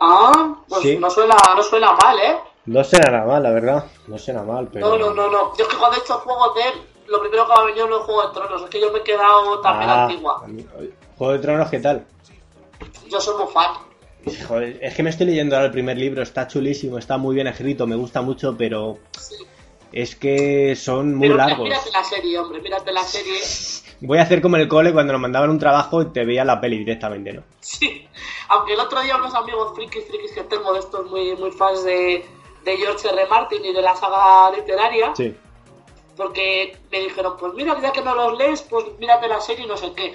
Speaker 1: Ah, pues
Speaker 2: Sí.
Speaker 1: no suena, no suena mal, ¿eh?
Speaker 2: No suena nada mal, la verdad. No suena mal, pero...
Speaker 1: No, no, no, no. Yo es que cuando he hecho juegos de él, lo primero que me ha venido no es Juego de Tronos, es que yo me he quedado también
Speaker 2: Ah,
Speaker 1: antigua.
Speaker 2: a mí- Juego de Tronos, ¿qué tal?
Speaker 1: Yo soy muy fan.
Speaker 2: Joder, es que me estoy leyendo ahora el primer libro, está chulísimo, está muy bien escrito, me gusta mucho, pero
Speaker 1: Sí.
Speaker 2: es que son muy
Speaker 1: Pero mira-
Speaker 2: largos.
Speaker 1: mírate la serie, hombre, mírate la serie.
Speaker 2: Voy a hacer como en el cole cuando nos mandaban un trabajo y te veía la peli directamente, ¿no?
Speaker 1: Sí. Aunque el otro día unos amigos frikis, frikis que tengo de estos muy, muy fans de, de George R. R. Martin y de la saga literaria,
Speaker 2: Sí.
Speaker 1: porque me dijeron, pues mira, ya que no los lees, pues mírate la serie y no sé qué.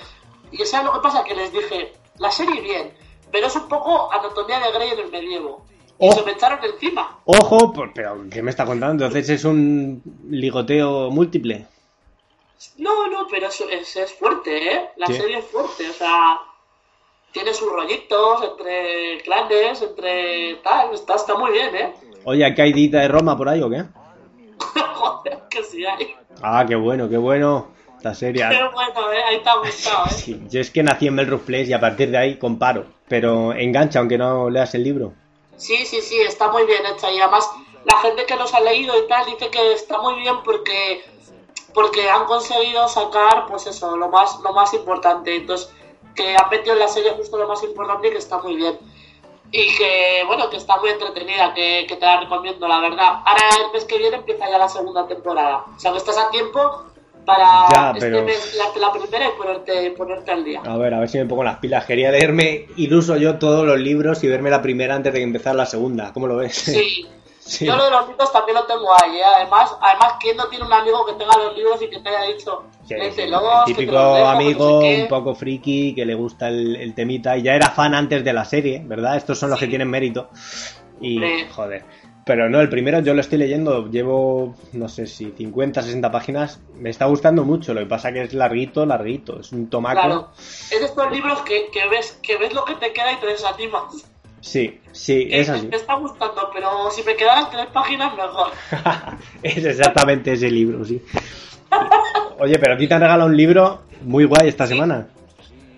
Speaker 1: Y ¿sabes lo que pasa? Que les dije, la serie bien, pero es un poco anatomía de Grey en el medievo. Y
Speaker 2: Oh.
Speaker 1: se me echaron encima.
Speaker 2: Ojo, por- pero ¿qué me está contando? Entonces es un ligoteo múltiple.
Speaker 1: No, no, pero es, es, es fuerte, ¿eh? La
Speaker 2: Sí.
Speaker 1: serie es fuerte, o sea, tiene sus rollitos entre clanes, entre tal, está, está muy bien, ¿eh?
Speaker 2: Oye, ¿aquí hay dita de Roma por ahí o qué?
Speaker 1: Joder, que sí hay.
Speaker 2: Ah, qué bueno, qué bueno. Está seria.
Speaker 1: Pero bueno, ¿eh? ahí te ha gustado, ¿eh?
Speaker 2: Sí, yo es que nací en Melrose Place y a partir de ahí comparo. Pero engancha, aunque no leas el libro.
Speaker 1: Sí, sí, sí, está muy bien hecha y además la gente que los ha leído y tal dice que está muy bien porque porque han conseguido sacar pues eso, lo más lo más importante. Entonces, que han metido en la serie justo lo más importante y que está muy bien. Y que bueno, que está muy entretenida, que, que te la recomiendo, la verdad. Ahora el mes que viene empieza ya la segunda temporada. O sea, que estás a tiempo para
Speaker 2: Ya,
Speaker 1: este
Speaker 2: pero- Ah,
Speaker 1: mes leerte la primera y ponerte ponerte al día.
Speaker 2: A ver, a ver si me pongo las pilas. Quería leerme iluso yo todos los libros y verme la primera antes de empezar la segunda. ¿Cómo lo ves?
Speaker 1: Sí.
Speaker 2: Sí.
Speaker 1: Yo lo de los libros también lo tengo ahí, ¿eh? además, además ¿quién no tiene un amigo que tenga los libros y que te haya dicho,
Speaker 2: Sí, sí,
Speaker 1: léetelos,
Speaker 2: el
Speaker 1: que te
Speaker 2: típico
Speaker 1: los dejo, que
Speaker 2: amigo
Speaker 1: no sé qué"?
Speaker 2: un poco friki que le gusta el, el temita y ya era fan antes de la serie, ¿verdad? Estos son los
Speaker 1: Sí.
Speaker 2: que tienen mérito. Y
Speaker 1: Hombre.
Speaker 2: joder. Pero no, el primero yo lo estoy leyendo, llevo no sé si 50, 60 páginas, me está gustando mucho, lo que pasa que es larguito, larguito, es un tomaco.
Speaker 1: Claro, es de estos libros que, que ves que ves lo que te queda y te desanimas.
Speaker 2: Sí, sí,
Speaker 1: Que
Speaker 2: es
Speaker 1: dices,
Speaker 2: así.
Speaker 1: Me está gustando, pero si me quedaran tres páginas, mejor.
Speaker 2: es exactamente ese libro, sí. Oye, pero a ti te han regalado un libro muy guay esta semana.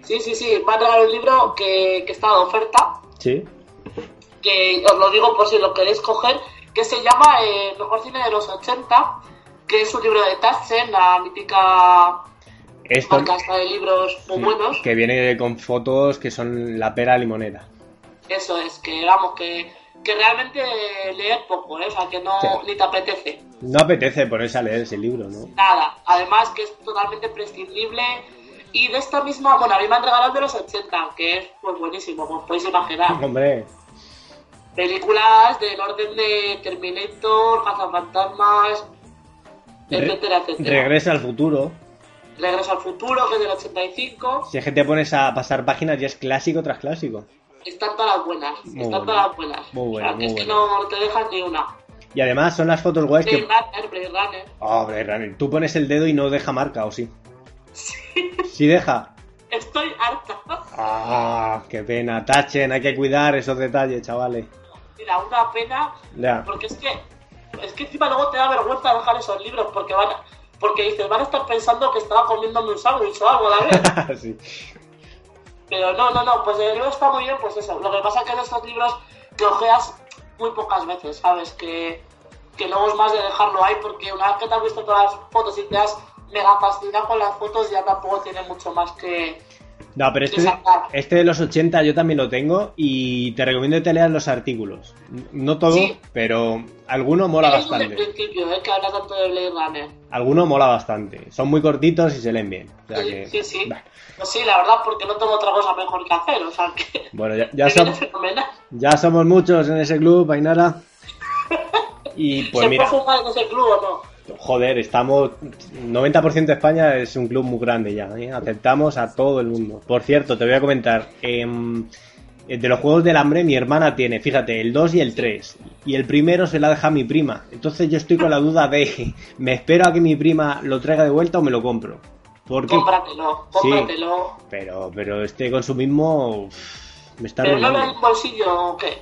Speaker 1: Sí, sí, sí, va a traer un libro que, que está de oferta,
Speaker 2: Sí.
Speaker 1: que os lo digo por si lo queréis coger, que se llama eh, Mejor Cine de los 80, que es un libro de Tatzen, la mítica
Speaker 2: Esto,
Speaker 1: marca esta de libros muy buenos.
Speaker 2: Que viene con fotos que son la pera limonera.
Speaker 1: Eso es, que vamos, que, que realmente leer poco, ¿eh? o sea, que no
Speaker 2: Sí.
Speaker 1: ni te apetece
Speaker 2: No apetece ponerse a leer ese libro, ¿no?
Speaker 1: nada. Además, que es totalmente prescindible. Y de esta misma, bueno, a mí me han regalado de los 80, que es pues buenísimo, como podéis imaginar.
Speaker 2: Hombre,
Speaker 1: Películas del orden de Terminator, Cazafantasmas,
Speaker 2: re-
Speaker 1: etcétera, etcétera.
Speaker 2: regresa al futuro.
Speaker 1: Regreso al futuro, que es del 85.
Speaker 2: Si es que te pones a pasar páginas y es clásico tras clásico.
Speaker 1: están todas las buenas.
Speaker 2: Muy
Speaker 1: están
Speaker 2: buena.
Speaker 1: todas las buenas.
Speaker 2: Muy
Speaker 1: O sea,
Speaker 2: buena,
Speaker 1: que
Speaker 2: muy
Speaker 1: es que
Speaker 2: buena.
Speaker 1: no, no te dejas ni una.
Speaker 2: Y además son las fotos guays
Speaker 1: Blade
Speaker 2: que.
Speaker 1: Runner, Blade Runner.
Speaker 2: Oh, Blade Runner, tú pones el dedo y no deja marca, ¿o sí? Sí deja.
Speaker 1: Estoy harta.
Speaker 2: Ah, qué pena. Tachen, hay que cuidar esos detalles, chavales.
Speaker 1: Mira, una pena
Speaker 2: Ya.
Speaker 1: Porque es que, es que encima luego te da vergüenza dejar esos libros porque van, a- porque dices, van a estar pensando que estaba comiéndome un sándwich o algo, ¿vale?
Speaker 2: sí.
Speaker 1: Pero no, no, no, pues el libro está muy bien, pues eso. Lo que pasa es que en estos libros que ojeas muy pocas veces, ¿sabes? Que, que luego es más de dejarlo ahí porque una vez que te has visto todas las fotos y te has mega fascinado con las fotos, ya tampoco tiene mucho más que...
Speaker 2: No, pero este,
Speaker 1: Exacto.
Speaker 2: este de los 80 yo también lo tengo y te recomiendo que te leas los artículos. No todo,
Speaker 1: Sí.
Speaker 2: pero alguno mola
Speaker 1: He leído desde
Speaker 2: bastante.
Speaker 1: el principio, ¿eh? Que habla tanto de Blade Runner.
Speaker 2: Alguno mola bastante. Son muy cortitos y se leen bien. O sea
Speaker 1: Sí,
Speaker 2: que-
Speaker 1: sí, sí.
Speaker 2: Bah.
Speaker 1: Pues sí, la verdad, porque no tengo otra cosa mejor que hacer, o sea que...
Speaker 2: Bueno, ya, ya
Speaker 1: me viene
Speaker 2: som-
Speaker 1: fenomenal.
Speaker 2: ya somos muchos en ese club, Ainara. Y pues
Speaker 1: ¿Se
Speaker 2: mira,
Speaker 1: puede jugar en ese club o no?
Speaker 2: joder, estamos... 90% de España es un club muy grande ya. ¿eh? Aceptamos a todo el mundo. Por cierto, te voy a comentar. em, de los juegos del hambre, mi hermana tiene, fíjate, el 2 y el 3. Y el primero se la deja mi prima. Entonces yo estoy con la duda de, ¿me espero a que mi prima lo traiga de vuelta o me lo compro? Porque...
Speaker 1: Cómpratelo, cómpratelo.
Speaker 2: Pero, pero este consumismo uf, me está
Speaker 1: Pero no en
Speaker 2: arruinando.
Speaker 1: un bolsillo o qué.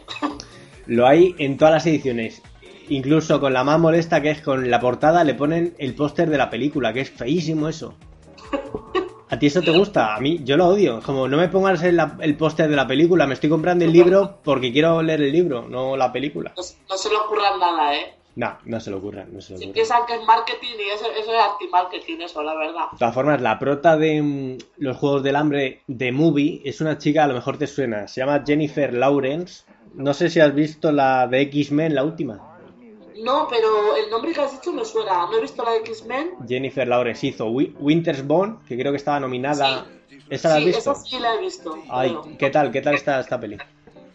Speaker 2: Lo hay en todas las ediciones. Incluso con la más molesta que es con la portada le ponen el póster de la película, que es feísimo eso. ¿A ti eso te gusta? A mí yo lo odio. Como no me pongas el, el póster de la película, me estoy comprando el libro porque quiero leer el libro, no la película.
Speaker 1: No, se- no se le ocurra nada, ¿eh?
Speaker 2: No, no se lo ocurra, no se lo
Speaker 1: Si
Speaker 2: ocurra.
Speaker 1: piensan que es marketing y eso, eso es anti-marketing, eso, la verdad.
Speaker 2: De todas formas, la prota de mm, los Juegos del Hambre de Movie es una chica, a lo mejor te suena. Se llama Jennifer Lawrence. No sé si has visto la de X-Men, la última.
Speaker 1: No, pero el nombre que has dicho me suena. No he visto la de X-Men.
Speaker 2: Jennifer Lawrence hizo Wi- Winter's Bone, que creo que estaba nominada. ¿Esa la has
Speaker 1: Sí,
Speaker 2: visto?
Speaker 1: esa sí la he visto.
Speaker 2: Ay,
Speaker 1: creo.
Speaker 2: ¿qué tal? ¿Qué tal está esta peli?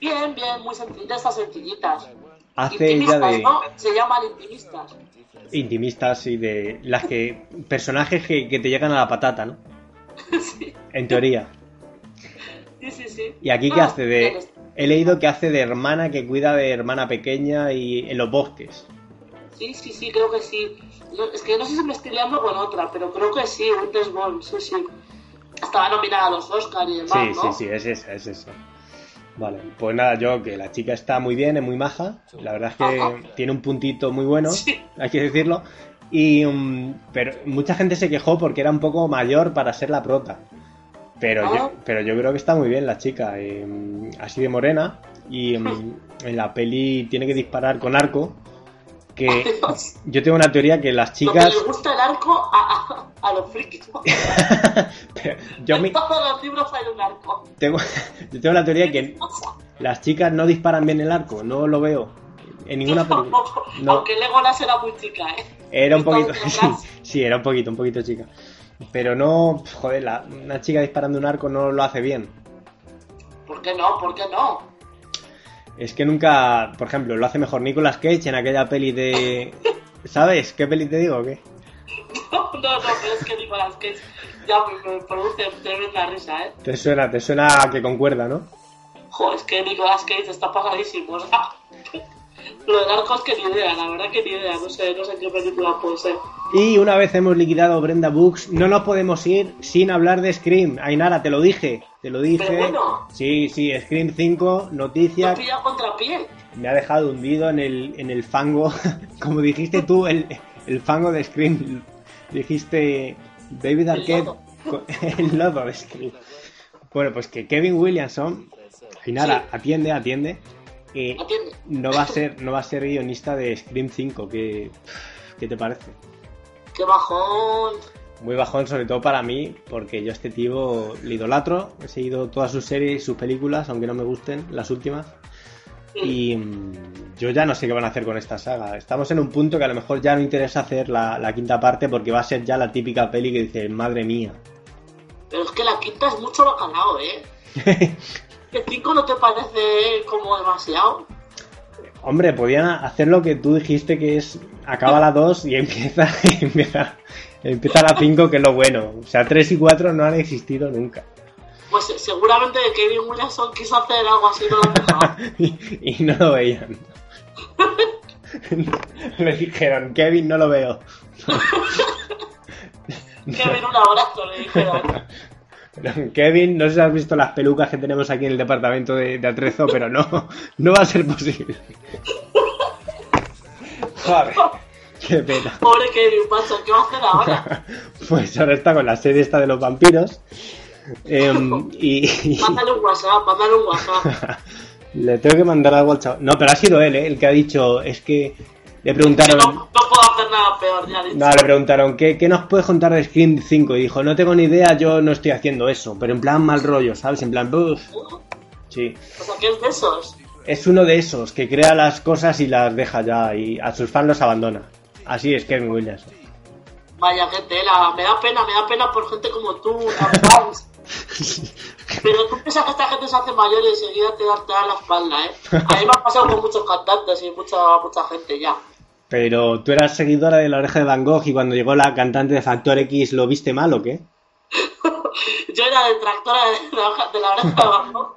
Speaker 1: Bien, bien, muy sencilla, de estas sencillitas.
Speaker 2: Hace ya
Speaker 1: intimistas,
Speaker 2: de
Speaker 1: ¿no? Se llaman intimistas.
Speaker 2: intimistas y de las que personajes que, que te llegan a la patata, ¿no?
Speaker 1: sí,
Speaker 2: En teoría.
Speaker 1: sí, sí, sí.
Speaker 2: ¿Y aquí qué
Speaker 1: Ah,
Speaker 2: hace de...?
Speaker 1: bien,
Speaker 2: He leído que hace de hermana que cuida de hermana pequeña y en los bosques.
Speaker 1: Sí, sí, sí, creo que sí. No, es que no sé si me estoy liando con otra, pero creo que sí, Winter's Bone, sí, sí. Estaba nominada a los Oscar y demás,
Speaker 2: Sí,
Speaker 1: ¿no?
Speaker 2: sí, sí, es esa, es esa. Vale, pues nada, yo que la chica está muy bien, es muy maja, la verdad es que
Speaker 1: Ajá.
Speaker 2: tiene un puntito muy bueno,
Speaker 1: Sí.
Speaker 2: hay que decirlo, y mm, pero mucha gente se quejó porque era un poco mayor para ser la prota, pero,
Speaker 1: Ah.
Speaker 2: yo, pero yo creo que está muy bien la chica, eh, mm, así de morena, y mm, en la peli tiene que disparar con arco, que
Speaker 1: Dios,
Speaker 2: yo tengo una teoría que las
Speaker 1: Lo que
Speaker 2: Eh, chicas,
Speaker 1: le gusta el arco a, a, a los frikis.
Speaker 2: yo, mi-
Speaker 1: En todos los libros hay un arco.
Speaker 2: tengo, yo tengo la teoría que Las chicas no disparan bien el arco, no lo veo. En ninguna
Speaker 1: Yo
Speaker 2: película.
Speaker 1: tampoco,
Speaker 2: No.
Speaker 1: Aunque Legolas era muy chica, ¿eh?
Speaker 2: Era un
Speaker 1: Estaba
Speaker 2: poquito.
Speaker 1: detrás.
Speaker 2: Sí, sí, era un poquito, un poquito chica. Pero no. Joder, la- una chica disparando un arco no lo hace bien.
Speaker 1: ¿Por qué no? ¿Por qué no?
Speaker 2: Es que nunca. Por ejemplo, lo hace mejor Nicolas Cage en aquella peli de. ¿Sabes qué peli te digo o qué?
Speaker 1: No, no, no, pero es que Nicolas Cage ya me, me produce tremenda risa, ¿eh?
Speaker 2: Te suena, te suena a que concuerda, ¿no?
Speaker 1: Jo, es que Nicolas Cage está pasadísimo, o sea. Lo del arco es que ni idea, la verdad que ni idea, no sé, no sé qué película puede ser.
Speaker 2: Y una vez hemos liquidado Brenda Books, no nos podemos ir sin hablar de Scream. Ainara, te lo dije, te lo dije.
Speaker 1: Pero bueno.
Speaker 2: Sí, sí, Scream 5, noticia.
Speaker 1: No pilla contra piel.
Speaker 2: me ha dejado hundido en el, en el fango, como dijiste tú, el, el fango de Scream. Dijiste David Arquette,
Speaker 1: lodo.
Speaker 2: co- el lodo de Scream. Bueno, pues que Kevin Williamson, y nada,
Speaker 1: Sí.
Speaker 2: atiende, atiende, eh,
Speaker 1: Atiende.
Speaker 2: no va a ser, no va a ser guionista de Scream 5, que, ¿qué te parece?
Speaker 1: Qué bajón.
Speaker 2: Muy bajón, sobre todo para mí, porque yo a este tío le idolatro. He seguido todas sus series, sus películas, aunque no me gusten, las últimas. Y mm, yo ya no sé qué van a hacer con esta saga. Estamos en un punto que a lo mejor ya no interesa hacer la, la quinta parte porque va a ser ya la típica peli que dice, madre mía.
Speaker 1: Pero es que la quinta es mucho bacalao, ¿eh? ¿El 5 no te parece como demasiado?
Speaker 2: Hombre, podían hacer lo que tú dijiste que es, acaba la 2 y empieza, y empieza, empieza la 5 que es lo bueno. O sea, 3 y 4 no han existido nunca.
Speaker 1: pues seguramente Kevin Williamson quiso hacer algo así, no lo dejaba.
Speaker 2: y, y no lo veían. Le dijeron, Kevin, no lo veo.
Speaker 1: Kevin, un abrazo, le dijeron.
Speaker 2: Pero, Kevin, no sé si has visto las pelucas que tenemos aquí en el departamento de, de atrezo, pero no, no va a ser posible. Joder, qué pena.
Speaker 1: Pobre Kevin, macho, ¿qué va a hacer ahora?
Speaker 2: Pues ahora está con la serie esta de los vampiros. Em, y, y
Speaker 1: Mándale un WhatsApp, mándale un WhatsApp.
Speaker 2: le tengo que mandar algo al chaval. No, pero ha sido él, ¿eh? el que ha dicho, es que le
Speaker 1: Que
Speaker 2: preguntaron...
Speaker 1: no, no puedo hacer nada peor, ya dicho.
Speaker 2: No, le preguntaron, ¿qué, qué nos puedes contar de Scream 5? Y dijo, no tengo ni idea, yo no estoy haciendo eso. Pero en plan mal rollo, ¿sabes? En plan, "Buf". Sí.
Speaker 1: O sea, ¿qué es de esos?
Speaker 2: Es uno de esos que crea las cosas y las deja ya. Y a sus fans los abandona. Así es Kevin Williams.
Speaker 1: Vaya, qué tela. Me da pena, me da pena por gente como tú, tan fans. Pero tú piensas que esta gente se hace mayor y enseguida te da, te da la espalda, ¿eh? A mí me ha pasado con muchos cantantes y mucha, mucha gente ya.
Speaker 2: Pero tú eras seguidora de la oreja de Van Gogh y cuando llegó la cantante de Factor X, ¿lo viste mal o qué?
Speaker 1: Yo era detractora de la, hoja- de la oreja de Van Gogh,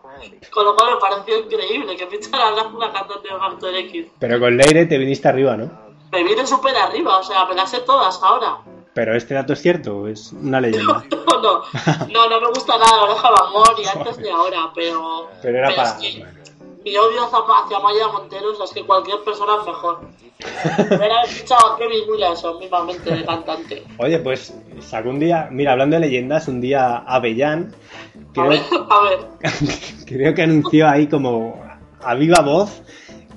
Speaker 1: con lo cual me pareció increíble que pincharan a una cantante de Factor X.
Speaker 2: Pero con Leire te viniste arriba, ¿no?
Speaker 1: Me viene súper arriba, o sea, me las sé todas ahora.
Speaker 2: Pero este dato es cierto, es una leyenda.
Speaker 1: No, no, no, no me gusta nada la oreja de Van Gogh, ni antes ni ahora, pero...
Speaker 2: Pero era
Speaker 1: es
Speaker 2: para...
Speaker 1: que mi odio hacia, hacia Maya Montero es que cualquier persona es mejor. Hubiera escuchado a Kevin Williamson mismamente de cantante.
Speaker 2: Oye, pues sacó un día, mira, hablando de leyendas, un día Avellán
Speaker 1: A
Speaker 2: creo,
Speaker 1: ver, a ver.
Speaker 2: creo que anunció ahí como a viva voz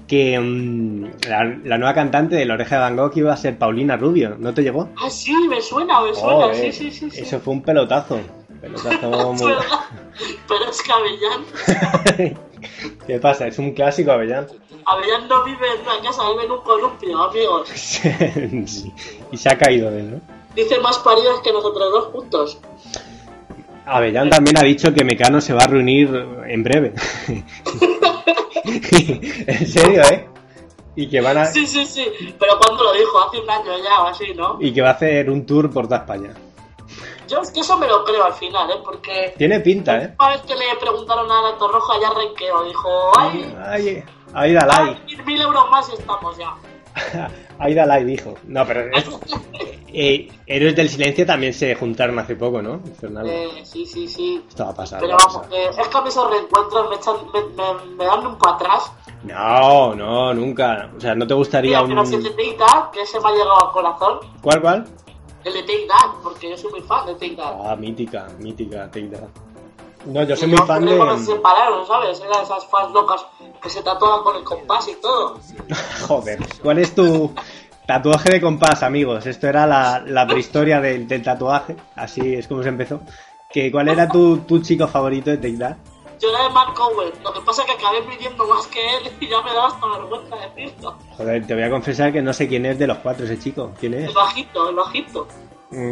Speaker 2: que mm, la, la nueva cantante de La Oreja de Van Gogh iba a ser Paulina Rubio, ¿no te llegó?
Speaker 1: Ah, sí, me suena, me suena,
Speaker 2: Joder,
Speaker 1: sí, sí, sí. sí.
Speaker 2: Eso fue un pelotazo, pelotazo
Speaker 1: Es
Speaker 2: muy...
Speaker 1: verdad, Pero es que Avellán,
Speaker 2: ¿Qué pasa? Es un clásico Avellán.
Speaker 1: Avellán no vive en una casa, vive en un columpio, amigos.
Speaker 2: Sí, y se ha caído de él, ¿no?
Speaker 1: Dice más paridos que nosotros dos juntos.
Speaker 2: Avellán también ha dicho que Mecano se va a reunir en breve. en serio, ¿eh? Y que van a,
Speaker 1: Sí, sí, sí. Pero cuando lo dijo, hace un año ya o así, ¿no?
Speaker 2: y que va a hacer un tour por toda España.
Speaker 1: Yo es que eso me lo creo al final, ¿eh? Porque
Speaker 2: Tiene pinta, ¿eh?
Speaker 1: una vez que le preguntaron a la Torroja, ya renqueó. Dijo, ay,
Speaker 2: Ay, Aida Lai,
Speaker 1: ay, mil euros más y estamos ya.
Speaker 2: Aida Lai dijo. No, pero es- eh, Héroes del Silencio también se juntaron hace poco, ¿no? Fernando.
Speaker 1: Eh, sí, sí, sí.
Speaker 2: Esto va a pasar.
Speaker 1: Pero
Speaker 2: va a
Speaker 1: vamos,
Speaker 2: pasar.
Speaker 1: que es que a mí esos reencuentros me, echan, me, me- me dan un para atrás.
Speaker 2: No, no, nunca. O sea, no te gustaría
Speaker 1: Mira, pero si
Speaker 2: un...
Speaker 1: el de Take That, que ese me ha llegado al corazón,
Speaker 2: ¿Cuál, cuál?
Speaker 1: el de Take That, porque yo soy muy fan de Take That.
Speaker 2: Ah, mítica, mítica, Take That. No, yo soy
Speaker 1: Y
Speaker 2: muy
Speaker 1: yo
Speaker 2: fan
Speaker 1: creo que se
Speaker 2: de...
Speaker 1: separaron, ¿sabes? Eran esas fans locas que se tatuaban con el compás y todo.
Speaker 2: Joder, ¿cuál es tu tatuaje de compás, amigos? Esto era la, la prehistoria del, del tatuaje, así es como se empezó. Que, ¿Cuál era tu, tu chico favorito de Take That?
Speaker 1: Yo era de Mark Owen, lo que pasa es que acabé pidiendo más que él y ya me daba hasta vergüenza decirlo.
Speaker 2: Joder, te voy a confesar que no sé quién es de los cuatro ese chico. ¿Quién es?
Speaker 1: El bajito, el bajito.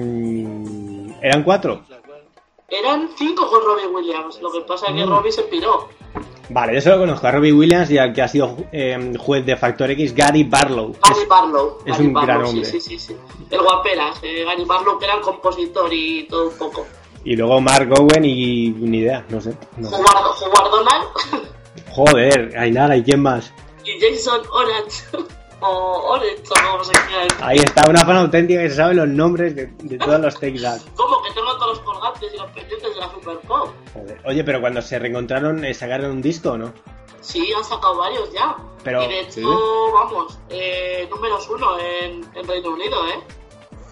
Speaker 2: Mm, ¿Eran cuatro?
Speaker 1: Eran cinco con Robbie Williams, lo que pasa es que
Speaker 2: Mm.
Speaker 1: Robbie se piró.
Speaker 2: Vale, yo solo conozco a Robbie Williams y al que ha sido eh, juez de Factor X, Gary Barlow.
Speaker 1: Gary Barlow.
Speaker 2: es
Speaker 1: Gary
Speaker 2: un gran
Speaker 1: Barlow, sí,
Speaker 2: hombre.
Speaker 1: Sí, sí, sí. El guaperas, eh, Gary Barlow, que era el compositor y todo un poco.
Speaker 2: Y luego Mark Owen y ni idea, no sé. no sé.
Speaker 1: Howard Howard Donald
Speaker 2: Joder, Ainara, ¿y quién más?
Speaker 1: y Jason Orange. o Orange, o como se quiera decir.
Speaker 2: Ahí está una fan auténtica que se sabe los nombres de, de todos los Take That.
Speaker 1: Como que tengo todos los colgantes y los pendientes de la Super Pop.
Speaker 2: Joder. Oye, pero cuando se reencontraron, eh, ¿sacaron un disco o no?
Speaker 1: Sí, han sacado varios ya.
Speaker 2: Pero-
Speaker 1: y de hecho,
Speaker 2: ¿sí?
Speaker 1: vamos, eh, números uno en, en Reino Unido, ¿eh?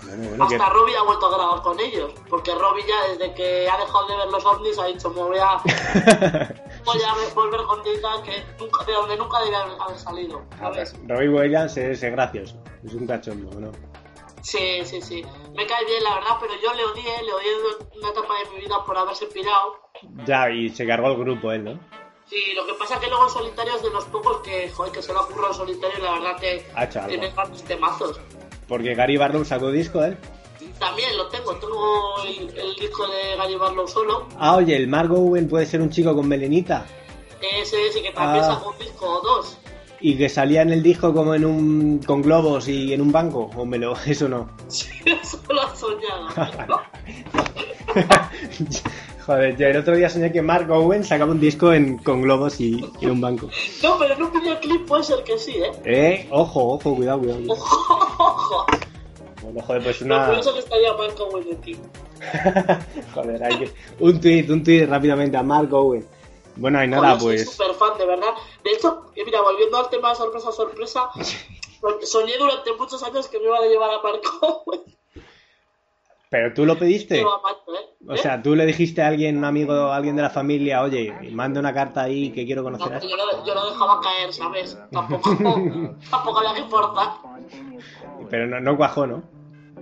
Speaker 2: Bueno, bueno, que-
Speaker 1: Hasta Robbie ha vuelto a grabar con ellos. Porque Robbie ya desde que ha dejado de ver los ovnis ha dicho, me voy a, voy a ver- volver con Tita que nunca, de donde nunca debía haber, haber salido.
Speaker 2: A ver,
Speaker 1: ¿sabes?
Speaker 2: Robbie Williams es, es gracioso. Es un cachondo, ¿no?
Speaker 1: Sí, sí, sí. Me cae bien, la verdad, pero yo le odié, le odié de una etapa de mi vida por haberse pirado.
Speaker 2: Ya, y se cargó el grupo él, ¿no?
Speaker 1: Sí, lo que pasa es que luego en solitario es de los pocos que, joder, que se lo ha currado en solitario y la verdad que
Speaker 2: Ha hecho algo.
Speaker 1: tiene grandes temazos.
Speaker 2: Porque Gary Barlow sacó disco, ¿eh?
Speaker 1: También lo tengo, tengo el, el disco de Gary Barlow solo.
Speaker 2: Ah, oye, el Mark Owen puede ser un chico con melenita.
Speaker 1: Ese sí que también
Speaker 2: Ah.
Speaker 1: sacó un disco o dos.
Speaker 2: Y que salía en el disco como en un. con globos y en un banco. O me lo. eso no.
Speaker 1: Sí, eso lo has soñado.
Speaker 2: Joder, yo el otro día soñé que Mark Owen sacaba un disco en- con globos y, y un banco.
Speaker 1: No, pero en un videoclip puede ser que sí, ¿eh?
Speaker 2: Eh, ojo, ojo, cuidado, cuidado. cuidado.
Speaker 1: Ojo.
Speaker 2: Bueno, joder, pues
Speaker 1: No
Speaker 2: una.
Speaker 1: pienso que estaría Marco Owen en ti.
Speaker 2: Joder, hay que... un tweet, un tweet rápidamente a Mark Owen. Bueno, y nada,
Speaker 1: Yo soy
Speaker 2: pues.
Speaker 1: súper fan, de verdad. De hecho, eh, mira, volviendo al tema de sorpresa, sorpresa, so- soñé durante muchos años que me iban a llevar a Marco Owen.
Speaker 2: Pero tú lo pediste.
Speaker 1: Yo a Marco, ¿eh?
Speaker 2: O
Speaker 1: ¿Eh?
Speaker 2: sea, tú le dijiste a alguien, un amigo, a alguien de la familia, oye, manda una carta ahí que quiero
Speaker 1: No,
Speaker 2: conocer a este".
Speaker 1: pero yo, lo, yo lo dejaba caer, ¿sabes? Tampoco, tampoco había que importar.
Speaker 2: Pero no, no cuajó, ¿no?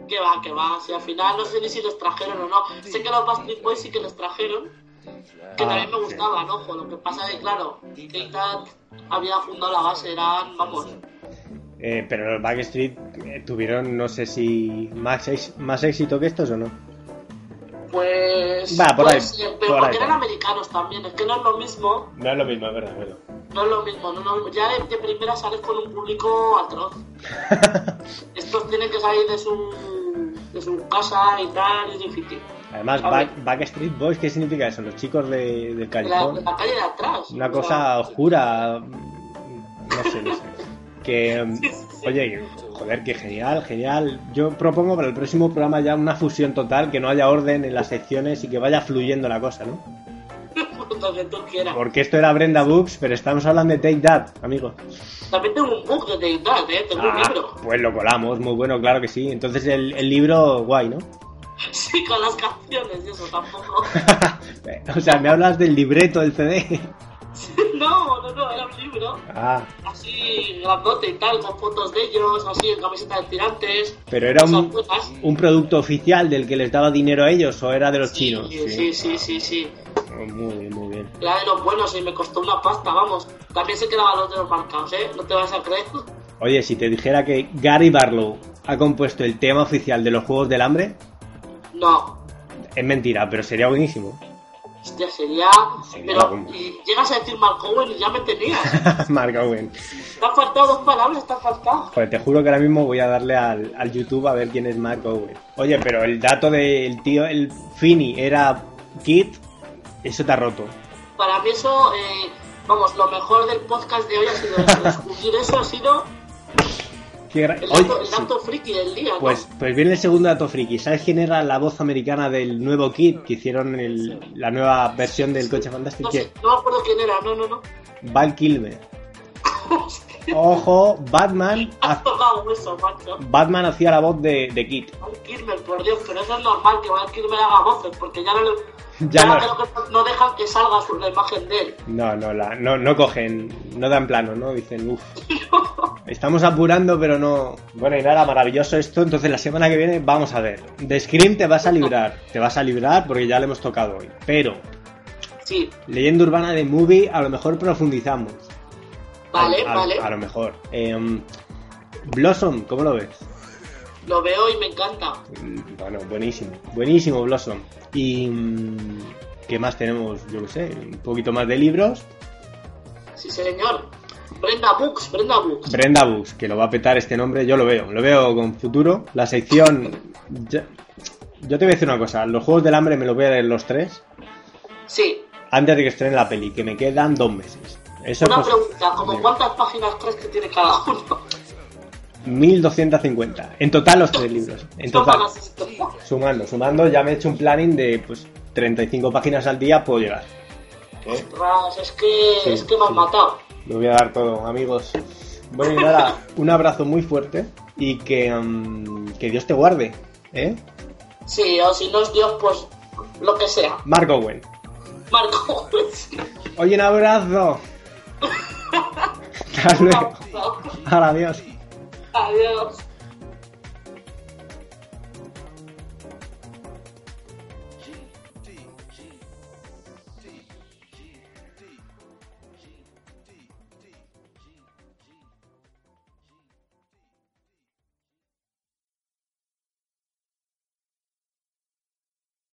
Speaker 1: Que va, que va. Si al final no sé ni si los trajeron o no. Sé que los Bastard Boys sí que los trajeron. Que
Speaker 2: Ah,
Speaker 1: también me
Speaker 2: sí.
Speaker 1: gustaban, ojo. Lo que pasa es que, claro, K-Tat había fundado la base, eran, vamos,
Speaker 2: Eh, pero los Backstreet eh, tuvieron, no sé si más, ex- más éxito que estos o no.
Speaker 1: pues.
Speaker 2: Va, por
Speaker 1: puede
Speaker 2: ahí,
Speaker 1: ser, pero
Speaker 2: por
Speaker 1: porque
Speaker 2: ahí.
Speaker 1: eran americanos también. Es que no es lo mismo.
Speaker 2: No es lo mismo, es verdad, bueno.
Speaker 1: No es lo mismo, no es lo mismo. Ya de, de primera sales con un público atroz. Estos tienen que salir de su, de su casa y tal, es difícil.
Speaker 2: Además,
Speaker 1: A
Speaker 2: Back- Backstreet Boys, ¿qué significa eso? Los chicos de, del
Speaker 1: De la, de
Speaker 2: callejón.
Speaker 1: la calle de atrás.
Speaker 2: Una
Speaker 1: o
Speaker 2: cosa
Speaker 1: sea,
Speaker 2: oscura. No sé, no sé. Que, mm, oye, joder, que genial, genial. Yo propongo para el próximo programa ya una fusión total, que no haya orden en las secciones y que vaya fluyendo la cosa, ¿no?
Speaker 1: lo que tú quieras.
Speaker 2: Porque esto era Brenda Books, pero estamos hablando de Take That, amigo.
Speaker 1: También tengo un book de Deidad, ¿eh? Tengo un
Speaker 2: Ah,
Speaker 1: libro.
Speaker 2: pues lo colamos, muy bueno, claro que sí. Entonces el, el libro, guay, ¿no?
Speaker 1: Sí, con las canciones y eso tampoco.
Speaker 2: o sea, me hablas del libreto del CD.
Speaker 1: no, no, no, era un libro.
Speaker 2: ah,
Speaker 1: Así, grandote y tal, con fotos de ellos, así, en camiseta de tirantes.
Speaker 2: pero era
Speaker 1: esas
Speaker 2: un,
Speaker 1: cosas.
Speaker 2: un producto oficial del que les daba dinero a ellos o era de los chinos.
Speaker 1: Sí, sí, sí, sí, sí.
Speaker 2: Ah, Muy bien, muy bien.
Speaker 1: Era de los buenos y me costó una pasta, vamos. También se quedaban los de los marcados, ¿eh? No te vas a creer.
Speaker 2: Oye, si te dijera que Gary Barlow ha compuesto el tema oficial de los Juegos del Hambre,
Speaker 1: No.
Speaker 2: es mentira, pero sería buenísimo.
Speaker 1: Hostia, sería...
Speaker 2: Sería
Speaker 1: Pero
Speaker 2: algo.
Speaker 1: y llegas a decir Mark Owen y ya me tenías.
Speaker 2: Mark Owen.
Speaker 1: Te han faltado dos palabras, te han faltado.
Speaker 2: Joder, te juro que ahora mismo voy a darle al, al YouTube a ver quién es Mark Owen. Oye, pero el dato del tío, el Fini, era Kid, eso te ha roto.
Speaker 1: Para mí eso, eh, vamos, lo mejor del podcast de hoy ha sido eso. descubrir eso, ha sido
Speaker 2: Qué gra-
Speaker 1: el
Speaker 2: Oye,
Speaker 1: dato, el
Speaker 2: sí.
Speaker 1: dato friki del día, ¿no?
Speaker 2: Pues, pues viene el segundo dato friki. ¿Sabes quién era la voz americana del nuevo Kid que hicieron el- la nueva versión del coche fantástico?
Speaker 1: No, sé, no me acuerdo quién era, no, no, no.
Speaker 2: Val Kilmer.
Speaker 1: Hostia,
Speaker 2: Ojo, Batman,
Speaker 1: Has
Speaker 2: ha-
Speaker 1: tocado eso, macho.
Speaker 2: Batman hacía la voz de, de Kid.
Speaker 1: Val Kilmer, por Dios, pero eso es normal que Val Kilmer haga voces, porque ya no le-
Speaker 2: Ya
Speaker 1: ya
Speaker 2: no-
Speaker 1: creo que no- no dejan que salga su- la imagen de él.
Speaker 2: No, no, la, no, no cogen, no dan plano, ¿no? Dicen, uff. Estamos apurando, pero no. Bueno, y nada, maravilloso esto. Entonces, la semana que viene, vamos a ver. De Scream te vas a librar. Te vas a librar porque ya le hemos tocado hoy. Pero,
Speaker 1: Sí,
Speaker 2: leyenda urbana de movie, a lo mejor profundizamos.
Speaker 1: vale,
Speaker 2: A- a-
Speaker 1: vale.
Speaker 2: A lo mejor. Em, Blossom, ¿cómo lo ves?
Speaker 1: Lo veo y me encanta.
Speaker 2: Mm, Bueno, buenísimo. Buenísimo, Blossom. Y. mm, ¿Qué más tenemos? Yo qué sé. Un poquito más de libros.
Speaker 1: Sí, señor. Brenda Books, Brenda Books.
Speaker 2: Brenda Books, que lo va a petar este nombre, yo lo veo, lo veo con futuro. La sección. ya- Yo te voy a decir una cosa, los Juegos del Hambre me los voy a leer los tres
Speaker 1: Sí.
Speaker 2: antes de que estrenen la peli, que me quedan dos meses. Eso
Speaker 1: Una
Speaker 2: pues,
Speaker 1: pregunta, ¿como
Speaker 2: digo,
Speaker 1: cuántas páginas crees que tiene cada uno?
Speaker 2: 1250. En total los tres libros. En total.
Speaker 1: Tómalas esto.
Speaker 2: Sumando, sumando, ya me he hecho un planning de pues 35 páginas al día puedo llegar.
Speaker 1: Ostras, es que,
Speaker 2: Sí,
Speaker 1: es que me
Speaker 2: sí.
Speaker 1: han matado.
Speaker 2: Lo voy a dar todo, amigos. Bueno, y nada, un abrazo muy fuerte y que, mm, que Dios te guarde, ¿eh?
Speaker 1: Sí, o si no es Dios, pues lo que sea.
Speaker 2: Mark Owen.
Speaker 1: Marco.
Speaker 2: Oye, un abrazo. Hasta luego. Ahora, adiós.
Speaker 1: Adiós.